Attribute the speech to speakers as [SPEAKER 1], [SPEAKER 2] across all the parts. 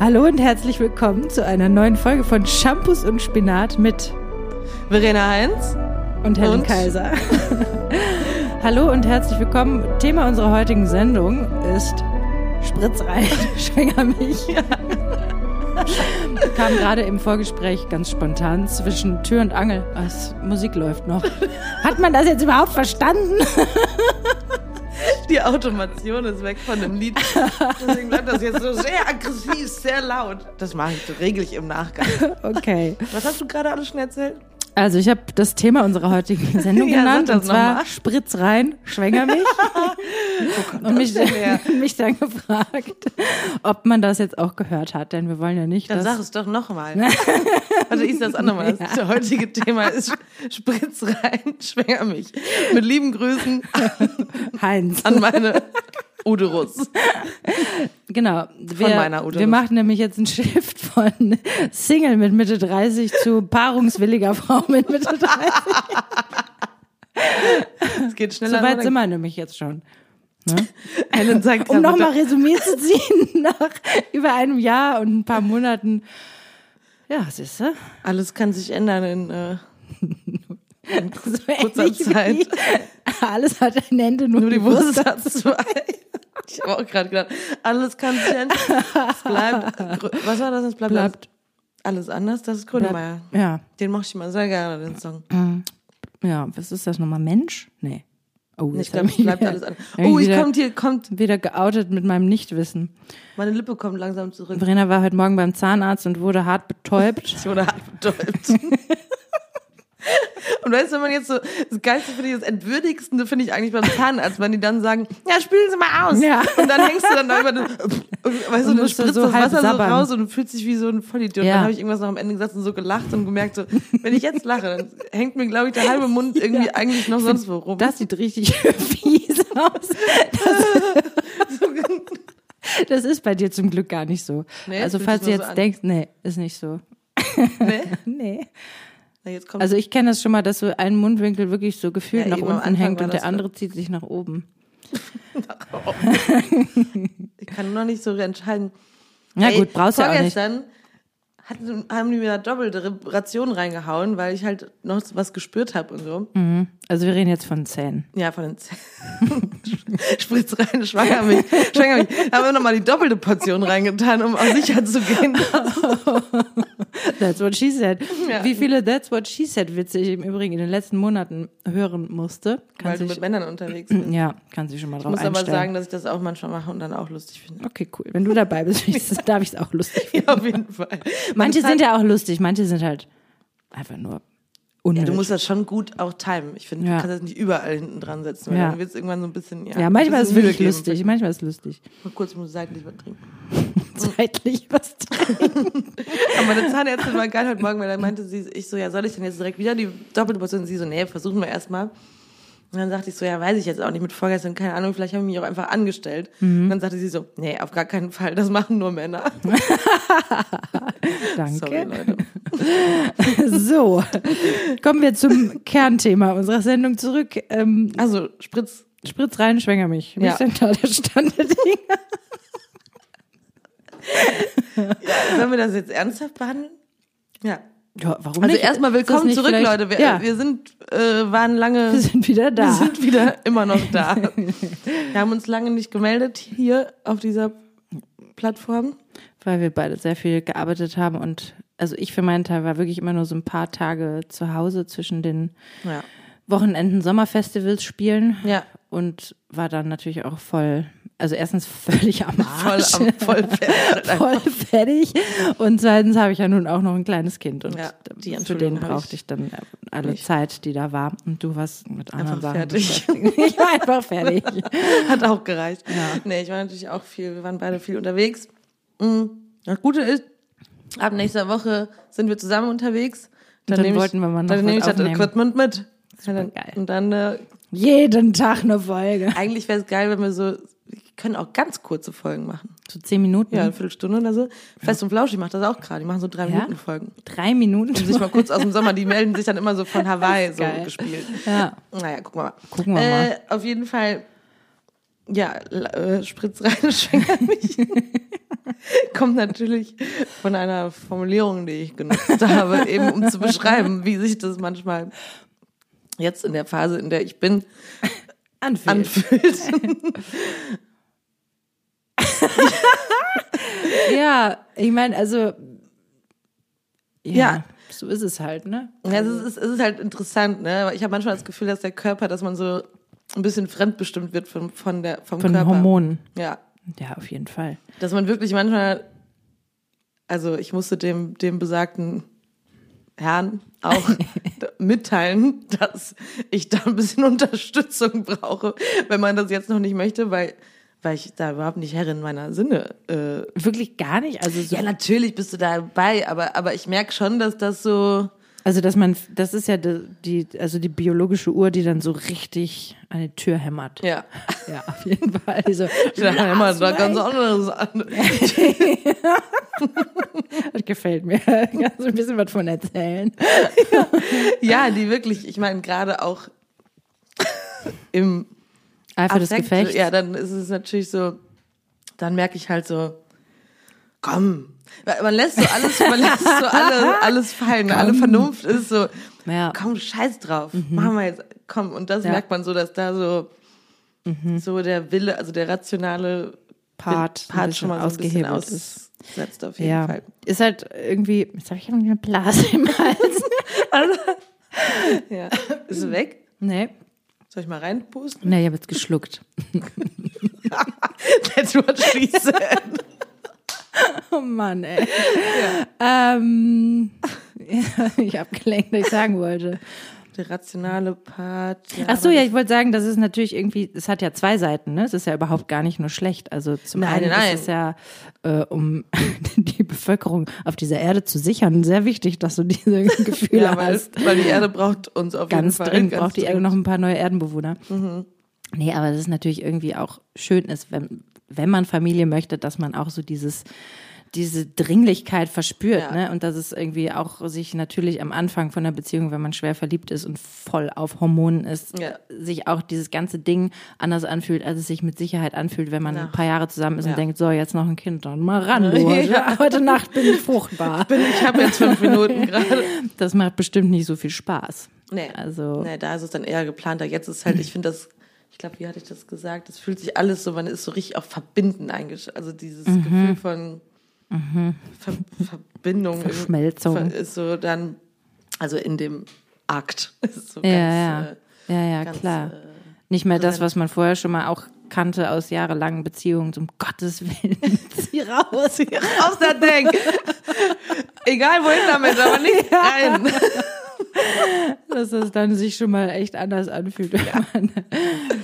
[SPEAKER 1] Hallo und herzlich willkommen zu einer neuen Folge von Shampoos und Spinat mit
[SPEAKER 2] Verena Heinz.
[SPEAKER 1] und Helen
[SPEAKER 2] Und?
[SPEAKER 1] Kaiser. Hallo und herzlich willkommen. Thema unserer heutigen Sendung ist Spritzrein, schwänger mich. Kam gerade im Vorgespräch ganz spontan zwischen Tür und Angel. Ah, es- Musik läuft noch. Hat man das jetzt überhaupt verstanden?
[SPEAKER 2] Die Automation ist weg von dem Lied. Deswegen bleibt das jetzt so sehr aggressiv, sehr laut. Das mache ich so regelig im Nachgang.
[SPEAKER 1] Okay.
[SPEAKER 2] Was hast du gerade alles schon erzählt?
[SPEAKER 1] Also ich habe das Thema unserer heutigen Sendung
[SPEAKER 2] Ja, sag
[SPEAKER 1] genannt
[SPEAKER 2] das
[SPEAKER 1] und zwar
[SPEAKER 2] nochmal.
[SPEAKER 1] Spritz rein, schwänger mich und mich,
[SPEAKER 2] denn her?
[SPEAKER 1] mich dann gefragt, ob man das jetzt auch gehört hat, denn wir wollen ja nicht,
[SPEAKER 2] Dann
[SPEAKER 1] dass
[SPEAKER 2] sag es doch nochmal. Warte, ich sag's auch nochmal. Das heutige Thema ist Spritz rein, schwänger mich. Mit lieben Grüßen
[SPEAKER 1] Heinz.
[SPEAKER 2] an meine Uterus.
[SPEAKER 1] Genau. Wir,
[SPEAKER 2] meiner Uterus.
[SPEAKER 1] wir machen nämlich jetzt einen Shift von Single mit Mitte 30 zu paarungswilliger Frau mit Mitte 30.
[SPEAKER 2] Es geht schneller.
[SPEAKER 1] Soweit sind wir nämlich jetzt schon.
[SPEAKER 2] Helen sagt,
[SPEAKER 1] Um
[SPEAKER 2] gerade,
[SPEAKER 1] nochmal Resümee zu ziehen nach über einem Jahr und ein paar Monaten. Ja, siehst du?
[SPEAKER 2] alles kann sich ändern in äh,
[SPEAKER 1] So
[SPEAKER 2] kurzer
[SPEAKER 1] ähnlich
[SPEAKER 2] Zeit.
[SPEAKER 1] wie Alles hat ein Ende, nur,
[SPEAKER 2] Nur
[SPEAKER 1] die
[SPEAKER 2] die
[SPEAKER 1] Wurst.
[SPEAKER 2] Wurst hat zwei. Ich habe auch gerade gedacht, alles kann sich ändern. Es bleibt. grö- Was war das? Es bleibt,
[SPEAKER 1] Bleibt.
[SPEAKER 2] alles anders. Das ist Grönemeyer.
[SPEAKER 1] Ja,
[SPEAKER 2] Den mochte ich mal sehr gerne, den Song.
[SPEAKER 1] ja, was ist das nochmal? Mensch? Nee. Oh,
[SPEAKER 2] Ich
[SPEAKER 1] jetzt
[SPEAKER 2] glaube,
[SPEAKER 1] hab
[SPEAKER 2] es bleibt
[SPEAKER 1] wieder-
[SPEAKER 2] alles anders.
[SPEAKER 1] hab
[SPEAKER 2] Oh, ich
[SPEAKER 1] wieder,
[SPEAKER 2] kommt hier, kommt.
[SPEAKER 1] wieder geoutet mit meinem Nichtwissen.
[SPEAKER 2] Meine Lippe kommt langsam zurück.
[SPEAKER 1] Verena war heute Morgen beim Zahnarzt und wurde hart betäubt.
[SPEAKER 2] Ich wurde hart betäubt. Und weißt du, wenn man jetzt so, das Geilste finde ich, das Entwürdigste finde ich eigentlich beim Zahnarzt, wenn die dann sagen, ja, spülen Sie mal aus.
[SPEAKER 1] Ja.
[SPEAKER 2] Und dann hängst du dann da über den, weißt du,
[SPEAKER 1] Und
[SPEAKER 2] du
[SPEAKER 1] musst du
[SPEAKER 2] spritzt
[SPEAKER 1] so
[SPEAKER 2] das
[SPEAKER 1] halb
[SPEAKER 2] Wasser
[SPEAKER 1] sabbern.
[SPEAKER 2] so raus und fühlst dich wie so ein Vollidiot.
[SPEAKER 1] Ja.
[SPEAKER 2] Dann habe ich irgendwas noch am Ende gesagt und so gelacht und gemerkt so, wenn ich jetzt lache, dann hängt mir, glaube ich, der halbe Mund irgendwie eigentlich noch sonst wo rum.
[SPEAKER 1] Das sieht richtig fies aus. Das, das ist bei dir zum Glück gar nicht so.
[SPEAKER 2] Nee,
[SPEAKER 1] also
[SPEAKER 2] fühlt
[SPEAKER 1] falls
[SPEAKER 2] sich
[SPEAKER 1] du
[SPEAKER 2] nur
[SPEAKER 1] jetzt
[SPEAKER 2] so an.
[SPEAKER 1] denkst, nee, ist nicht so.
[SPEAKER 2] ne?
[SPEAKER 1] Nee.
[SPEAKER 2] Na, jetzt kommt
[SPEAKER 1] Also ich kenne das schon mal, dass so ein Mundwinkel wirklich so gefühlt
[SPEAKER 2] Ja,
[SPEAKER 1] nach
[SPEAKER 2] eben, am
[SPEAKER 1] unten
[SPEAKER 2] Anfang
[SPEAKER 1] hängt
[SPEAKER 2] war
[SPEAKER 1] und
[SPEAKER 2] das
[SPEAKER 1] der andere zieht sich nach oben.
[SPEAKER 2] Ich kann noch nicht so entscheiden.
[SPEAKER 1] Na
[SPEAKER 2] Ey,
[SPEAKER 1] gut, brauchst du ja auch nicht.
[SPEAKER 2] vorgestern Hatten, haben die mir eine doppelte Ration reingehauen, weil ich halt noch was gespürt habe und so.
[SPEAKER 1] Also wir reden jetzt von Zähnen.
[SPEAKER 2] Ja, von den Zähnen. Spritz rein, schwanger mich, schwanger mich. Haben wir nochmal die doppelte Portion reingetan, um auf sicher zu gehen.
[SPEAKER 1] That's what she said.
[SPEAKER 2] Ja.
[SPEAKER 1] Wie viele That's what she said Witze ich im Übrigen in den letzten Monaten hören musste. Kann
[SPEAKER 2] Weil du
[SPEAKER 1] sich,
[SPEAKER 2] mit Männern unterwegs bist.
[SPEAKER 1] ja, kann sich schon mal
[SPEAKER 2] Ich
[SPEAKER 1] drauf
[SPEAKER 2] muss aber
[SPEAKER 1] Also einstellen.
[SPEAKER 2] sagen, dass ich das auch manchmal mache und dann auch lustig finde.
[SPEAKER 1] okay, cool. Wenn du dabei bist, finde ich- darf ich es auch lustig
[SPEAKER 2] Ja, auf jeden Fall. Meine
[SPEAKER 1] Manche
[SPEAKER 2] Zeit-
[SPEAKER 1] sind ja auch lustig, manche sind halt einfach nur unnötig.
[SPEAKER 2] Du musst das schon gut auch timen. Ich finde,
[SPEAKER 1] halt Ja.
[SPEAKER 2] du kannst das nicht überall hinten dran setzen, weil
[SPEAKER 1] Ja.
[SPEAKER 2] dann wird es irgendwann so ein bisschen. Ja,
[SPEAKER 1] ja, manchmal
[SPEAKER 2] ein
[SPEAKER 1] ist es
[SPEAKER 2] bisschen
[SPEAKER 1] wirklich
[SPEAKER 2] Mühe geben.
[SPEAKER 1] lustig, manchmal ist es lustig.
[SPEAKER 2] Mal kurz muss ich seitlich was trinken.
[SPEAKER 1] Zeitlich was.
[SPEAKER 2] Aber meine Zahnärztin war geil heute Morgen, weil dann meinte sie, ich so, ja, soll ich denn jetzt direkt wieder die doppelte Portion? Und Sie so, nee, versuchen wir erstmal. Und dann sagte ich so, ja, weiß ich jetzt auch nicht mit vorgestern, keine Ahnung, vielleicht habe ich mich auch einfach angestellt.
[SPEAKER 1] Mhm.
[SPEAKER 2] Und dann sagte sie so, nee, auf gar keinen Fall, das machen nur Männer.
[SPEAKER 1] Danke.
[SPEAKER 2] Sorry, Leute.
[SPEAKER 1] So, kommen wir zum Kernthema unserer Sendung zurück. Ähm,
[SPEAKER 2] Also, Spritz,
[SPEAKER 1] Spritz rein, schwänger mich. Wie
[SPEAKER 2] Ja.
[SPEAKER 1] ist denn da der Stand der Dinge?
[SPEAKER 2] sollen wir das jetzt ernsthaft behandeln? Ja.
[SPEAKER 1] Ja, warum
[SPEAKER 2] Also
[SPEAKER 1] nicht?
[SPEAKER 2] erstmal
[SPEAKER 1] Ist das
[SPEAKER 2] willkommen
[SPEAKER 1] nicht
[SPEAKER 2] zurück,
[SPEAKER 1] vielleicht-
[SPEAKER 2] Leute. Wir,
[SPEAKER 1] ja, wir,
[SPEAKER 2] wir sind, äh, waren lange.
[SPEAKER 1] sind wieder da.
[SPEAKER 2] Wir sind wieder immer noch da. Wir haben uns lange nicht gemeldet hier auf dieser Plattform.
[SPEAKER 1] weil wir beide sehr viel gearbeitet haben und also ich für meinen Teil war wirklich immer nur so ein paar Tage zu Hause zwischen den
[SPEAKER 2] Ja.
[SPEAKER 1] Wochenenden Sommerfestivals spielen.
[SPEAKER 2] Ja.
[SPEAKER 1] Und war dann natürlich auch voll, also erstens völlig am
[SPEAKER 2] Voll,
[SPEAKER 1] Arsch.
[SPEAKER 2] am, voll fest.
[SPEAKER 1] Voll fertig. Und zweitens habe ich ja nun auch noch ein kleines Kind. Und
[SPEAKER 2] Ja, die
[SPEAKER 1] für
[SPEAKER 2] Entschuldigung
[SPEAKER 1] den
[SPEAKER 2] habe
[SPEAKER 1] brauchte
[SPEAKER 2] ich
[SPEAKER 1] ich dann alle
[SPEAKER 2] nicht.
[SPEAKER 1] Zeit, die da war. Und du warst mit anderen
[SPEAKER 2] Einfach
[SPEAKER 1] Sachen.
[SPEAKER 2] fertig.
[SPEAKER 1] beschäftigt. Ich war einfach fertig.
[SPEAKER 2] Hat auch gereicht. Nee, ich war natürlich auch viel, wir waren beide viel unterwegs. Mhm. Das Gute ist, ab nächster Woche sind wir zusammen unterwegs.
[SPEAKER 1] dann
[SPEAKER 2] nehme ich-
[SPEAKER 1] wollten wir mal noch
[SPEAKER 2] Dann nehme ich
[SPEAKER 1] was
[SPEAKER 2] das
[SPEAKER 1] aufnehmen.
[SPEAKER 2] Equipment mit. Ja, dann,
[SPEAKER 1] Supergeil.
[SPEAKER 2] und dann, äh,
[SPEAKER 1] Jeden Tag eine Folge.
[SPEAKER 2] eigentlich wäre es geil, wenn wir so, wir können auch ganz kurze Folgen machen.
[SPEAKER 1] So zehn Minuten.
[SPEAKER 2] Ja, eine Viertelstunde oder so. Fest und Flauschig macht das auch gerade. Die machen so drei
[SPEAKER 1] Mhm. Ja?
[SPEAKER 2] Minuten Folgen.
[SPEAKER 1] Drei Minuten.
[SPEAKER 2] Um sich mal kurz aus dem Sommer, die melden sich dann immer so von Hawaii so
[SPEAKER 1] geil.
[SPEAKER 2] gespielt.
[SPEAKER 1] ja.
[SPEAKER 2] Naja, gucken wir mal.
[SPEAKER 1] Gucken wir mal.
[SPEAKER 2] Äh, auf jeden Fall ja, äh, spritzreine Schwänger mich. Kommt natürlich von einer Formulierung, die ich genutzt habe, eben um zu beschreiben, wie sich das manchmal jetzt in der Phase, in der ich bin,
[SPEAKER 1] Anfühlt.
[SPEAKER 2] anfühlt.
[SPEAKER 1] Ja, ich meine, also. Ja,
[SPEAKER 2] Ja.
[SPEAKER 1] So ist es halt, ne?
[SPEAKER 2] Ja, es ist, es ist halt interessant, ne? Weil Ich habe manchmal das Gefühl, dass der Körper, dass man so ein bisschen fremdbestimmt wird von, von der, vom
[SPEAKER 1] Von
[SPEAKER 2] Körper.
[SPEAKER 1] Hormonen.
[SPEAKER 2] Ja.
[SPEAKER 1] Ja, auf jeden Fall.
[SPEAKER 2] Dass man wirklich manchmal, also ich musste dem, dem besagten Herrn auch d- mitteilen, dass ich da ein bisschen Unterstützung brauche, wenn man das jetzt noch nicht möchte, weil, weil ich da überhaupt nicht Herrin meiner Sinne äh,
[SPEAKER 1] Wirklich gar nicht. Also, so,
[SPEAKER 2] Ja, natürlich bist du dabei, aber, aber ich merke schon, dass das so.
[SPEAKER 1] also dass man, das ist ja die, die, also die biologische Uhr, die dann so richtig an die Tür hämmert.
[SPEAKER 2] Ja.
[SPEAKER 1] Ja, auf jeden Fall. Also,
[SPEAKER 2] Da immer
[SPEAKER 1] Lars
[SPEAKER 2] da ganz
[SPEAKER 1] Weick.
[SPEAKER 2] anderes an.
[SPEAKER 1] Das gefällt mir. Kannst du ein bisschen was von erzählen?
[SPEAKER 2] Ja, die wirklich, ich meine, gerade auch im
[SPEAKER 1] Einfach das
[SPEAKER 2] Affekt,
[SPEAKER 1] Gefecht.
[SPEAKER 2] ja, dann ist es natürlich so, dann merke ich halt so, komm. Weil Man lässt so alles, man lässt so alle, alles fallen. Alle Vernunft ist so,
[SPEAKER 1] Ja. Mhm.
[SPEAKER 2] komm, scheiß drauf. Machen wir jetzt, komm. Und das
[SPEAKER 1] Ja. Mhm.
[SPEAKER 2] merkt man so, dass da so, so der Wille, also der rationale
[SPEAKER 1] Part, ein
[SPEAKER 2] Part
[SPEAKER 1] bisschen
[SPEAKER 2] schon mal so ein bisschen
[SPEAKER 1] ausgehebelt ist.
[SPEAKER 2] aussetzt auf jeden
[SPEAKER 1] ja.
[SPEAKER 2] Fall.
[SPEAKER 1] Ist halt irgendwie, jetzt habe ich irgendwie eine Blase im Hals.
[SPEAKER 2] Ja. Ist sie weg?
[SPEAKER 1] nee,
[SPEAKER 2] Soll ich mal reinpusten?
[SPEAKER 1] nee, ich habe jetzt geschluckt.
[SPEAKER 2] Tattoo schließen.
[SPEAKER 1] Oh Mann, ey. Ähm, ja, ich abgelenkt, was ich sagen wollte.
[SPEAKER 2] der rationale Part.
[SPEAKER 1] Ach so,
[SPEAKER 2] aber-
[SPEAKER 1] ja, ich wollte sagen, das ist natürlich irgendwie, es hat ja zwei Seiten, ne? Es ist ja überhaupt gar nicht nur schlecht. Also zum
[SPEAKER 2] Nein,
[SPEAKER 1] einen
[SPEAKER 2] nein.
[SPEAKER 1] ist es ja, äh, um die Bevölkerung auf dieser Erde zu sichern, sehr wichtig, dass du diese Gefühle
[SPEAKER 2] Ja, weil,
[SPEAKER 1] hast.
[SPEAKER 2] weil die Erde braucht uns auf
[SPEAKER 1] Ganz
[SPEAKER 2] jeden Fall.
[SPEAKER 1] dringend
[SPEAKER 2] Ganz Mhm.
[SPEAKER 1] braucht die Erde noch ein paar neue Erdenbewohner. Nee, aber das ist natürlich irgendwie auch schön ist, wenn, wenn man Familie möchte, dass man auch so dieses diese Dringlichkeit verspürt,
[SPEAKER 2] Ja.
[SPEAKER 1] ne? Und dass es irgendwie auch sich natürlich am Anfang von der Beziehung, wenn man schwer verliebt ist und voll auf Hormonen ist,
[SPEAKER 2] Ja.
[SPEAKER 1] sich auch dieses ganze Ding anders anfühlt, als es sich mit Sicherheit anfühlt, wenn man
[SPEAKER 2] Ja.
[SPEAKER 1] ein paar Jahre zusammen ist
[SPEAKER 2] Ja.
[SPEAKER 1] und denkt, so, jetzt noch ein Kind, dann mal ran, du. Heute Nacht bin ich fruchtbar.
[SPEAKER 2] Bin, ich habe jetzt fünf Minuten gerade.
[SPEAKER 1] Das macht bestimmt nicht so viel Spaß.
[SPEAKER 2] Nee.
[SPEAKER 1] Also,
[SPEAKER 2] Nee, da ist es dann eher geplanter. Jetzt ist halt, ich finde das, ich glaube, wie hatte ich das gesagt? Das fühlt sich alles so, man ist so richtig auf Verbinden eingestellt. Also dieses Gefühl von Ver Verbindung.
[SPEAKER 1] Verschmelzung.
[SPEAKER 2] Ver- Ist so dann, also in dem Akt. Ist so
[SPEAKER 1] ja,
[SPEAKER 2] ganz,
[SPEAKER 1] ja.
[SPEAKER 2] äh,
[SPEAKER 1] ja, ja,
[SPEAKER 2] ganz,
[SPEAKER 1] klar.
[SPEAKER 2] äh,
[SPEAKER 1] Nicht mehr das, was man vorher schon mal auch kannte aus jahrelangen Beziehungen, um Gottes Willen. Zieh raus.
[SPEAKER 2] Ja, Raus da Ding. Egal wohin damit, aber nicht rein.
[SPEAKER 1] Dass das dann sich schon mal echt anders anfühlt, wenn, man,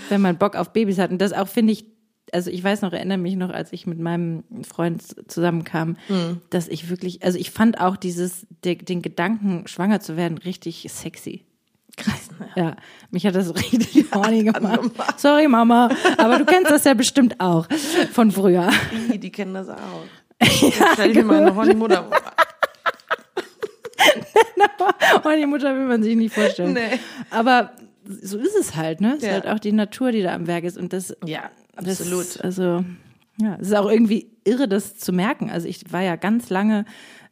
[SPEAKER 1] wenn man Bock auf Babys hat. Und das auch finde ich, also ich weiß noch, erinnere mich noch, als ich mit meinem Freund z- zusammenkam,
[SPEAKER 2] Mhm.
[SPEAKER 1] dass ich wirklich, also ich fand auch dieses, de- den Gedanken, schwanger zu werden, richtig sexy.
[SPEAKER 2] Krass, ne?
[SPEAKER 1] Ja, mich hat das richtig horny gemacht. Sorry, Mama, aber du kennst das ja bestimmt auch von früher. Genau.
[SPEAKER 2] Die, die kennen das auch. Stell dir mal eine horny Mutter vor.
[SPEAKER 1] Horny Mutter will man sich nicht vorstellen.
[SPEAKER 2] Nee.
[SPEAKER 1] Aber so ist es halt, ne? Es
[SPEAKER 2] Ja.
[SPEAKER 1] ist halt auch die Natur, die da am Werk ist. Und das,
[SPEAKER 2] Ja,
[SPEAKER 1] das
[SPEAKER 2] absolut.
[SPEAKER 1] also, ja, es ist auch irgendwie irre, das zu merken. Also ich war ja ganz lange,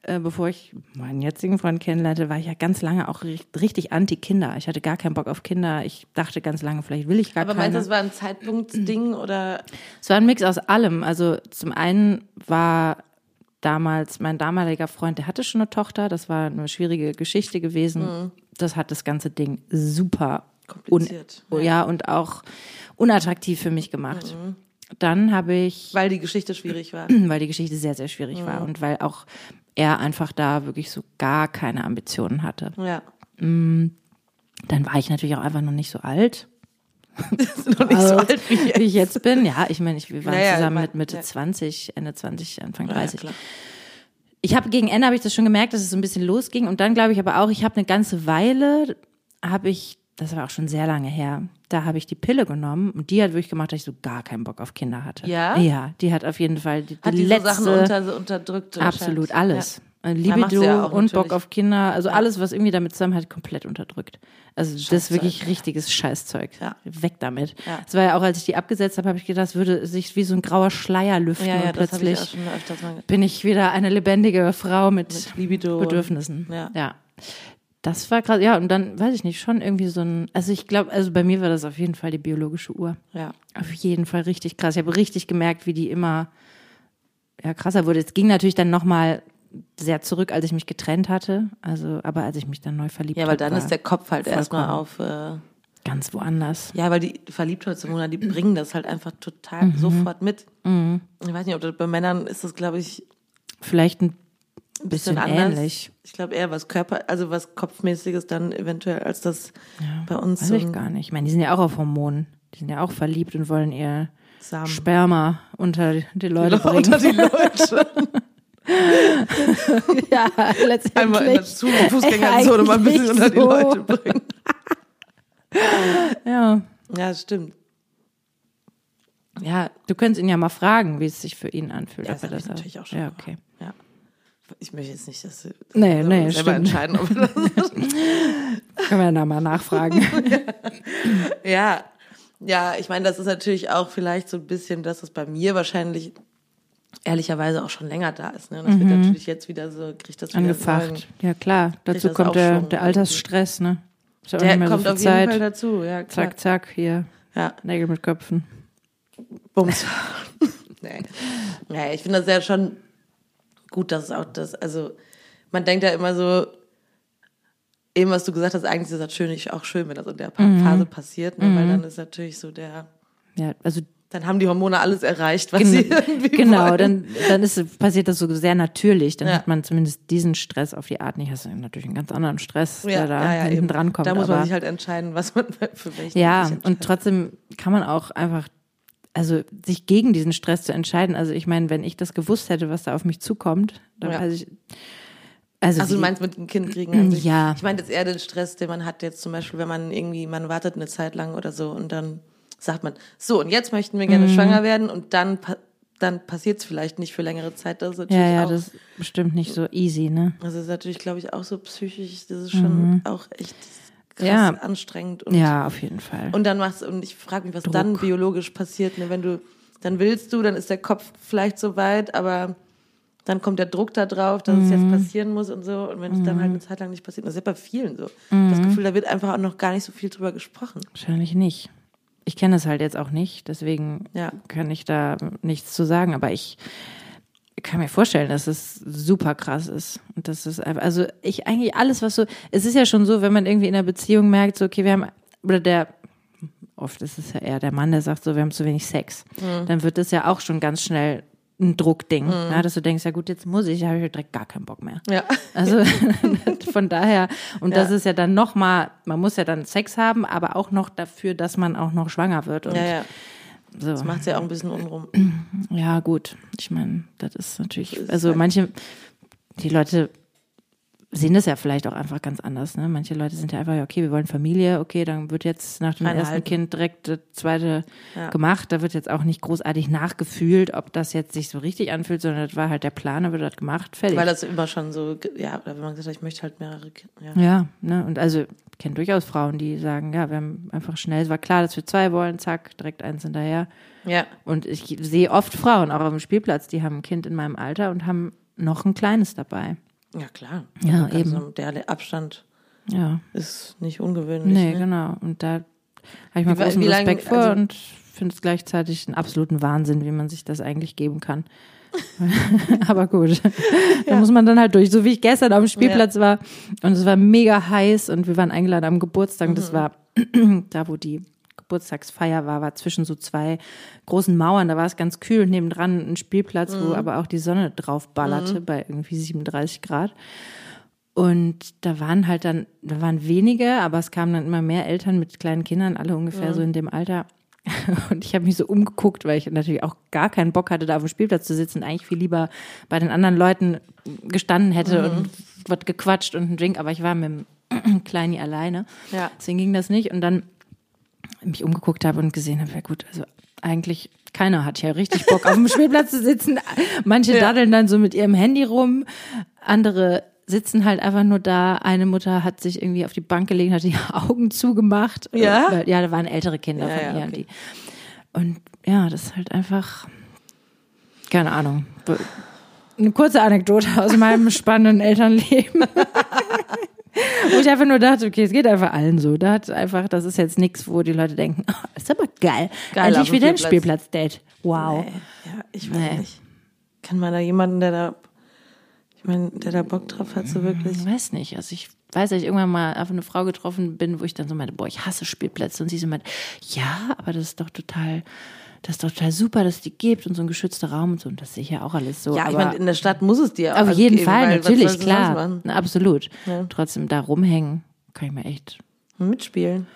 [SPEAKER 1] äh, bevor ich meinen jetzigen Freund kennenlernte, war ich ja ganz lange auch ri- richtig anti-Kinder. Ich hatte gar keinen Bock auf Kinder. Ich dachte ganz lange, vielleicht will ich gar
[SPEAKER 2] Aber
[SPEAKER 1] keine.
[SPEAKER 2] meinst du, das war ein Zeitpunktding oder?
[SPEAKER 1] Es war ein Mix aus allem. Also zum einen war damals mein damaliger Freund, der hatte schon eine Tochter. Das war eine schwierige Geschichte gewesen.
[SPEAKER 2] Mhm.
[SPEAKER 1] Das hat das ganze Ding super
[SPEAKER 2] Kompliziert,
[SPEAKER 1] Un ja, und auch unattraktiv für mich gemacht.
[SPEAKER 2] Mhm.
[SPEAKER 1] Dann habe ich
[SPEAKER 2] Weil die Geschichte schwierig war.
[SPEAKER 1] weil die Geschichte sehr, sehr schwierig
[SPEAKER 2] Mhm.
[SPEAKER 1] war und weil auch er einfach da wirklich so gar keine Ambitionen hatte.
[SPEAKER 2] Ja.
[SPEAKER 1] Dann war ich natürlich auch einfach noch nicht so alt.
[SPEAKER 2] Das ist noch nicht so alt wie
[SPEAKER 1] wie ich jetzt bin. Ja, ich meine, ich, wir waren
[SPEAKER 2] Naja,
[SPEAKER 1] zusammen
[SPEAKER 2] ich mein,
[SPEAKER 1] mit Mitte
[SPEAKER 2] ja.
[SPEAKER 1] 20, Ende 20, Anfang
[SPEAKER 2] ja,
[SPEAKER 1] 30.
[SPEAKER 2] klar.
[SPEAKER 1] ich habe gegen Ende habe ich das schon gemerkt, dass es so ein bisschen losging und dann glaube ich aber auch, ich habe eine ganze Weile habe ich, das war auch schon sehr lange her, da habe ich die Pille genommen und die hat wirklich gemacht, dass ich so gar keinen Bock auf Kinder hatte.
[SPEAKER 2] Ja?
[SPEAKER 1] Ja, die hat auf jeden Fall die, die
[SPEAKER 2] Hat diese
[SPEAKER 1] letzte
[SPEAKER 2] Sachen unter, unterdrückt.
[SPEAKER 1] absolut
[SPEAKER 2] wahrscheinlich.
[SPEAKER 1] alles. Äh, Libido
[SPEAKER 2] ja auch
[SPEAKER 1] und Bock
[SPEAKER 2] natürlich.
[SPEAKER 1] auf Kinder, also alles, was irgendwie damit zusammenhängt, komplett unterdrückt. Also das ist
[SPEAKER 2] Scheißzeug.
[SPEAKER 1] wirklich richtiges Scheißzeug.
[SPEAKER 2] Ja.
[SPEAKER 1] Weg damit.
[SPEAKER 2] Ja.
[SPEAKER 1] Es war ja auch, als ich die abgesetzt habe, habe ich gedacht, es würde sich wie so ein grauer Schleier lüften
[SPEAKER 2] Ja, ja,
[SPEAKER 1] und
[SPEAKER 2] das habe ich
[SPEAKER 1] plötzlich
[SPEAKER 2] auch schon öfters mal.
[SPEAKER 1] bin ich wieder eine lebendige Frau mit,
[SPEAKER 2] Mit Libido und-
[SPEAKER 1] Bedürfnissen.
[SPEAKER 2] Ja.
[SPEAKER 1] Das war gerade, ja, und dann weiß ich nicht, schon irgendwie so ein, also ich glaube, also bei mir war das auf jeden Fall die biologische Uhr.
[SPEAKER 2] Ja.
[SPEAKER 1] Auf jeden Fall richtig krass. Ich habe richtig gemerkt, wie die immer ja, krasser wurde. Es ging natürlich dann nochmal sehr zurück, als ich mich getrennt hatte. Also, aber als ich mich dann neu verliebt
[SPEAKER 2] Ja,
[SPEAKER 1] habe.
[SPEAKER 2] weil dann
[SPEAKER 1] war
[SPEAKER 2] ist der Kopf halt erstmal auf. Äh,
[SPEAKER 1] ganz woanders.
[SPEAKER 2] ja, weil die Verliebtheitshormone, die bringen das halt einfach total sofort mit.
[SPEAKER 1] Mhm.
[SPEAKER 2] Ich weiß nicht, ob das bei Männern ist das, glaube ich,
[SPEAKER 1] Vielleicht ein
[SPEAKER 2] ein
[SPEAKER 1] bisschen,
[SPEAKER 2] bisschen anders.
[SPEAKER 1] ähnlich.
[SPEAKER 2] Ich glaube eher was Körper, also was Kopfmäßiges dann eventuell, als das bei uns
[SPEAKER 1] Weiß
[SPEAKER 2] so
[SPEAKER 1] ich
[SPEAKER 2] ein
[SPEAKER 1] gar nicht. Ich meine, die sind ja auch auf Hormonen. Die sind ja auch verliebt und wollen ihr
[SPEAKER 2] Samen
[SPEAKER 1] Sperma unter die Leute bringen.
[SPEAKER 2] unter die Leute
[SPEAKER 1] ja, letztendlich.
[SPEAKER 2] einmal in der Zu- Fußgängerzone mal ein bisschen unter die
[SPEAKER 1] Eigentlich so.
[SPEAKER 2] Leute bringen.
[SPEAKER 1] Ja.
[SPEAKER 2] Ja, stimmt. Ja,
[SPEAKER 1] Du könntest ihn ja mal fragen, wie es sich für ihn anfühlt.
[SPEAKER 2] Ja,
[SPEAKER 1] ob
[SPEAKER 2] das
[SPEAKER 1] er
[SPEAKER 2] hab ich natürlich auch schon
[SPEAKER 1] Ja,
[SPEAKER 2] gemacht.
[SPEAKER 1] okay.
[SPEAKER 2] ja. Ich möchte jetzt nicht, dass sie dass
[SPEAKER 1] Nee,
[SPEAKER 2] wir
[SPEAKER 1] nee,
[SPEAKER 2] selber
[SPEAKER 1] stimmt.
[SPEAKER 2] entscheiden, ob wir das
[SPEAKER 1] Können wir da mal nachfragen.
[SPEAKER 2] Ja, ja, ich meine, das ist natürlich auch vielleicht so ein bisschen, dass es bei mir wahrscheinlich ehrlicherweise auch schon länger da ist. Ne? Und das wird natürlich jetzt wieder so, kriegt das wieder
[SPEAKER 1] Mhm. Angefacht.
[SPEAKER 2] Sagen.
[SPEAKER 1] Ja, klar. Dazu
[SPEAKER 2] das
[SPEAKER 1] kommt
[SPEAKER 2] auch
[SPEAKER 1] der,
[SPEAKER 2] schon
[SPEAKER 1] der Altersstress, ne? Ist ja auch
[SPEAKER 2] Der
[SPEAKER 1] nicht mehr
[SPEAKER 2] kommt
[SPEAKER 1] so
[SPEAKER 2] auf
[SPEAKER 1] viel
[SPEAKER 2] jeden
[SPEAKER 1] Zeit.
[SPEAKER 2] Fall dazu, ja. Klar.
[SPEAKER 1] zack, zack, hier.
[SPEAKER 2] Ja,
[SPEAKER 1] Nägel mit Köpfen.
[SPEAKER 2] bums. nee. Naja, ich finde das ja schon gut, dass es auch das, also man denkt ja immer so, eben was du gesagt hast, eigentlich ist das schön, ich auch schön, wenn das in der Pa-
[SPEAKER 1] Mhm.
[SPEAKER 2] Phase passiert, ne? weil dann ist natürlich so der,
[SPEAKER 1] Ja, also
[SPEAKER 2] dann haben die Hormone alles erreicht, was sie irgendwie
[SPEAKER 1] genau,
[SPEAKER 2] wollen.
[SPEAKER 1] dann, dann ist, passiert das so sehr natürlich. Dann
[SPEAKER 2] Ja.
[SPEAKER 1] hat man zumindest diesen Stress auf die Art nicht. Hast du natürlich einen ganz anderen Stress, der da hinten
[SPEAKER 2] eben.
[SPEAKER 1] dran kommt.
[SPEAKER 2] Da muss man
[SPEAKER 1] aber-
[SPEAKER 2] sich halt entscheiden, was man für welchen.
[SPEAKER 1] Ja,
[SPEAKER 2] sich entscheidet.
[SPEAKER 1] und trotzdem kann man auch einfach, also sich gegen diesen Stress zu entscheiden. Also ich meine, wenn ich das gewusst hätte, was da auf mich zukommt, dann
[SPEAKER 2] Ja.
[SPEAKER 1] weiß ich. Also,
[SPEAKER 2] also du
[SPEAKER 1] wie-
[SPEAKER 2] meinst mit dem Kind kriegen? an sich.
[SPEAKER 1] Ja.
[SPEAKER 2] Ich meine jetzt eher den Stress, den man hat jetzt zum Beispiel, wenn man irgendwie, man wartet eine Zeit lang oder so und dann sagt man, so und jetzt möchten wir
[SPEAKER 1] Mhm.
[SPEAKER 2] gerne schwanger werden und dann, pa- dann passiert es vielleicht nicht für längere Zeit. Das ist natürlich
[SPEAKER 1] ja, ja,
[SPEAKER 2] auch,
[SPEAKER 1] das
[SPEAKER 2] das,
[SPEAKER 1] ist bestimmt nicht so easy, ne?
[SPEAKER 2] ist natürlich, glaube ich, auch so psychisch, das ist schon auch echt krass
[SPEAKER 1] Mhm. Ja.
[SPEAKER 2] anstrengend. Und,
[SPEAKER 1] Ja, auf jeden Fall.
[SPEAKER 2] und dann machst und ich frage mich, was dann biologisch passiert, ne? wenn du, dann willst du, dann ist der Kopf vielleicht so weit, aber dann kommt der Druck da drauf, dass es jetzt
[SPEAKER 1] Mhm.
[SPEAKER 2] passieren muss und so. Und wenn es dann halt eine Zeit lang nicht passiert, das ist ja bei vielen so. Das
[SPEAKER 1] Mhm.
[SPEAKER 2] Gefühl, da wird einfach auch noch gar nicht so viel drüber gesprochen.
[SPEAKER 1] Wahrscheinlich nicht. Ich kenne das halt jetzt auch nicht, deswegen
[SPEAKER 2] Ja.
[SPEAKER 1] kann ich da nichts zu sagen. Aber ich kann mir vorstellen, dass es super krass ist. Und das ist einfach, also ich eigentlich alles, was so, es ist ja schon so, wenn man irgendwie in einer Beziehung merkt, so, okay, wir haben, oder der, oft ist es ja eher der Mann, der sagt so, wir haben zu wenig Sex.
[SPEAKER 2] Mhm.
[SPEAKER 1] Dann wird das ja auch schon ganz schnell ein Druckding, ja, dass du denkst, ja gut, jetzt muss ich, da habe ich direkt gar keinen Bock mehr.
[SPEAKER 2] Ja.
[SPEAKER 1] Also von daher, und das
[SPEAKER 2] Ja.
[SPEAKER 1] ist ja dann nochmal, man muss ja dann Sex haben, aber auch noch dafür, dass man auch noch schwanger wird. Und
[SPEAKER 2] Ja, ja.
[SPEAKER 1] so.
[SPEAKER 2] Macht es ja auch ein bisschen unrum.
[SPEAKER 1] ja, gut. Ich meine, das ist natürlich,
[SPEAKER 2] ist
[SPEAKER 1] also
[SPEAKER 2] halt-
[SPEAKER 1] manche, die Leute sehen das ja vielleicht auch einfach ganz anders. Ne? Manche Leute sind ja einfach, ja, okay, wir wollen Familie, okay, dann wird jetzt nach dem ersten
[SPEAKER 2] Einhalten.
[SPEAKER 1] Kind direkt das zweite
[SPEAKER 2] Ja.
[SPEAKER 1] gemacht. Da wird jetzt auch nicht großartig nachgefühlt, ob das jetzt sich so richtig anfühlt, sondern das war halt der Plan, da wird das gemacht, fertig.
[SPEAKER 2] Weil das immer schon so, ge- ja, oder wenn man gesagt hat, ich möchte halt mehrere Kinder. Ja.
[SPEAKER 1] Ja, ne? Und also ich kenne durchaus Frauen, die sagen, ja, wir haben einfach schnell, es war klar, dass wir zwei wollen, zack, direkt eins hinterher.
[SPEAKER 2] ja.
[SPEAKER 1] Und ich sehe oft Frauen, auch auf dem Spielplatz, die haben ein Kind in meinem Alter und haben noch ein kleines dabei.
[SPEAKER 2] Ja, klar.
[SPEAKER 1] Ja,
[SPEAKER 2] Also
[SPEAKER 1] eben.
[SPEAKER 2] Der Abstand
[SPEAKER 1] Ja.
[SPEAKER 2] ist nicht ungewöhnlich.
[SPEAKER 1] Nee,
[SPEAKER 2] ne?
[SPEAKER 1] genau. Und da habe ich mal
[SPEAKER 2] Wie-
[SPEAKER 1] großen
[SPEAKER 2] wie lange-
[SPEAKER 1] Respekt vor
[SPEAKER 2] also-
[SPEAKER 1] und finde es gleichzeitig einen absoluten Wahnsinn, wie man sich das eigentlich geben kann. Aber gut, da muss man dann halt durch. So wie ich gestern auf dem Spielplatz war und es war mega heiß und wir waren eingeladen am Geburtstag. und
[SPEAKER 2] Mhm.
[SPEAKER 1] Das war da, wo die Geburtstagsfeier war, war zwischen so zwei großen Mauern. Da war es ganz kühl und nebendran ein Spielplatz,
[SPEAKER 2] Mhm.
[SPEAKER 1] wo aber auch die Sonne drauf ballerte bei irgendwie 37 Grad. Und da waren halt dann, da waren wenige, aber es kamen dann immer mehr Eltern mit kleinen Kindern, alle ungefähr so in dem Alter. Und ich habe mich so umgeguckt, weil ich natürlich auch gar keinen Bock hatte, da auf dem Spielplatz zu sitzen, eigentlich viel lieber bei den anderen Leuten gestanden hätte und was gequatscht und einen Drink, aber ich war mit dem Kleini alleine.
[SPEAKER 2] Ja.
[SPEAKER 1] Deswegen ging das nicht. Und dann mich umgeguckt habe und gesehen habe, ja gut, also eigentlich Keiner hat ja richtig Bock, auf dem Spielplatz zu sitzen. Manche daddeln dann so mit ihrem Handy rum, andere sitzen halt einfach nur da. Eine Mutter hat sich irgendwie auf die Bank gelegt, hat die Augen zugemacht.
[SPEAKER 2] Ja?
[SPEAKER 1] Weil, ja, da waren ältere Kinder
[SPEAKER 2] Ja,
[SPEAKER 1] von
[SPEAKER 2] ja,
[SPEAKER 1] ihr.
[SPEAKER 2] okay.
[SPEAKER 1] Und, die, und ja, das ist halt einfach, keine Ahnung. Be- Eine kurze Anekdote aus meinem spannenden Elternleben. Wo ich einfach nur dachte, okay, es geht einfach allen so. Da hat einfach, das ist jetzt nichts, wo die Leute denken, oh, ist aber geil.
[SPEAKER 2] Geil, auf
[SPEAKER 1] Endlich
[SPEAKER 2] dem
[SPEAKER 1] wieder ein
[SPEAKER 2] Spielplatz.
[SPEAKER 1] Spielplatz-Date. Wow.
[SPEAKER 2] Nee, ja, ich weiß
[SPEAKER 1] Nee.
[SPEAKER 2] nicht. Kann man da jemanden, der da, ich meine, der da Bock drauf hat, so wirklich.
[SPEAKER 1] Ich weiß nicht. Also ich weiß, dass ich irgendwann mal auf eine Frau getroffen bin, wo ich dann so meinte, boah, ich hasse Spielplätze. Und sie so meinte, ja, aber das ist doch total, das ist doch total super, dass es die gibt und so ein geschützter Raum und so. Und das sehe ich ja auch alles so.
[SPEAKER 2] Ja, ich
[SPEAKER 1] aber
[SPEAKER 2] meine, in der Stadt muss es dir
[SPEAKER 1] auf
[SPEAKER 2] also
[SPEAKER 1] jeden
[SPEAKER 2] geben,
[SPEAKER 1] Fall,
[SPEAKER 2] weil was
[SPEAKER 1] natürlich,
[SPEAKER 2] sollst du sonst
[SPEAKER 1] klar.
[SPEAKER 2] machen?
[SPEAKER 1] Na, absolut.
[SPEAKER 2] Ja.
[SPEAKER 1] Trotzdem da rumhängen, kann ich mir echt.
[SPEAKER 2] Mitspielen.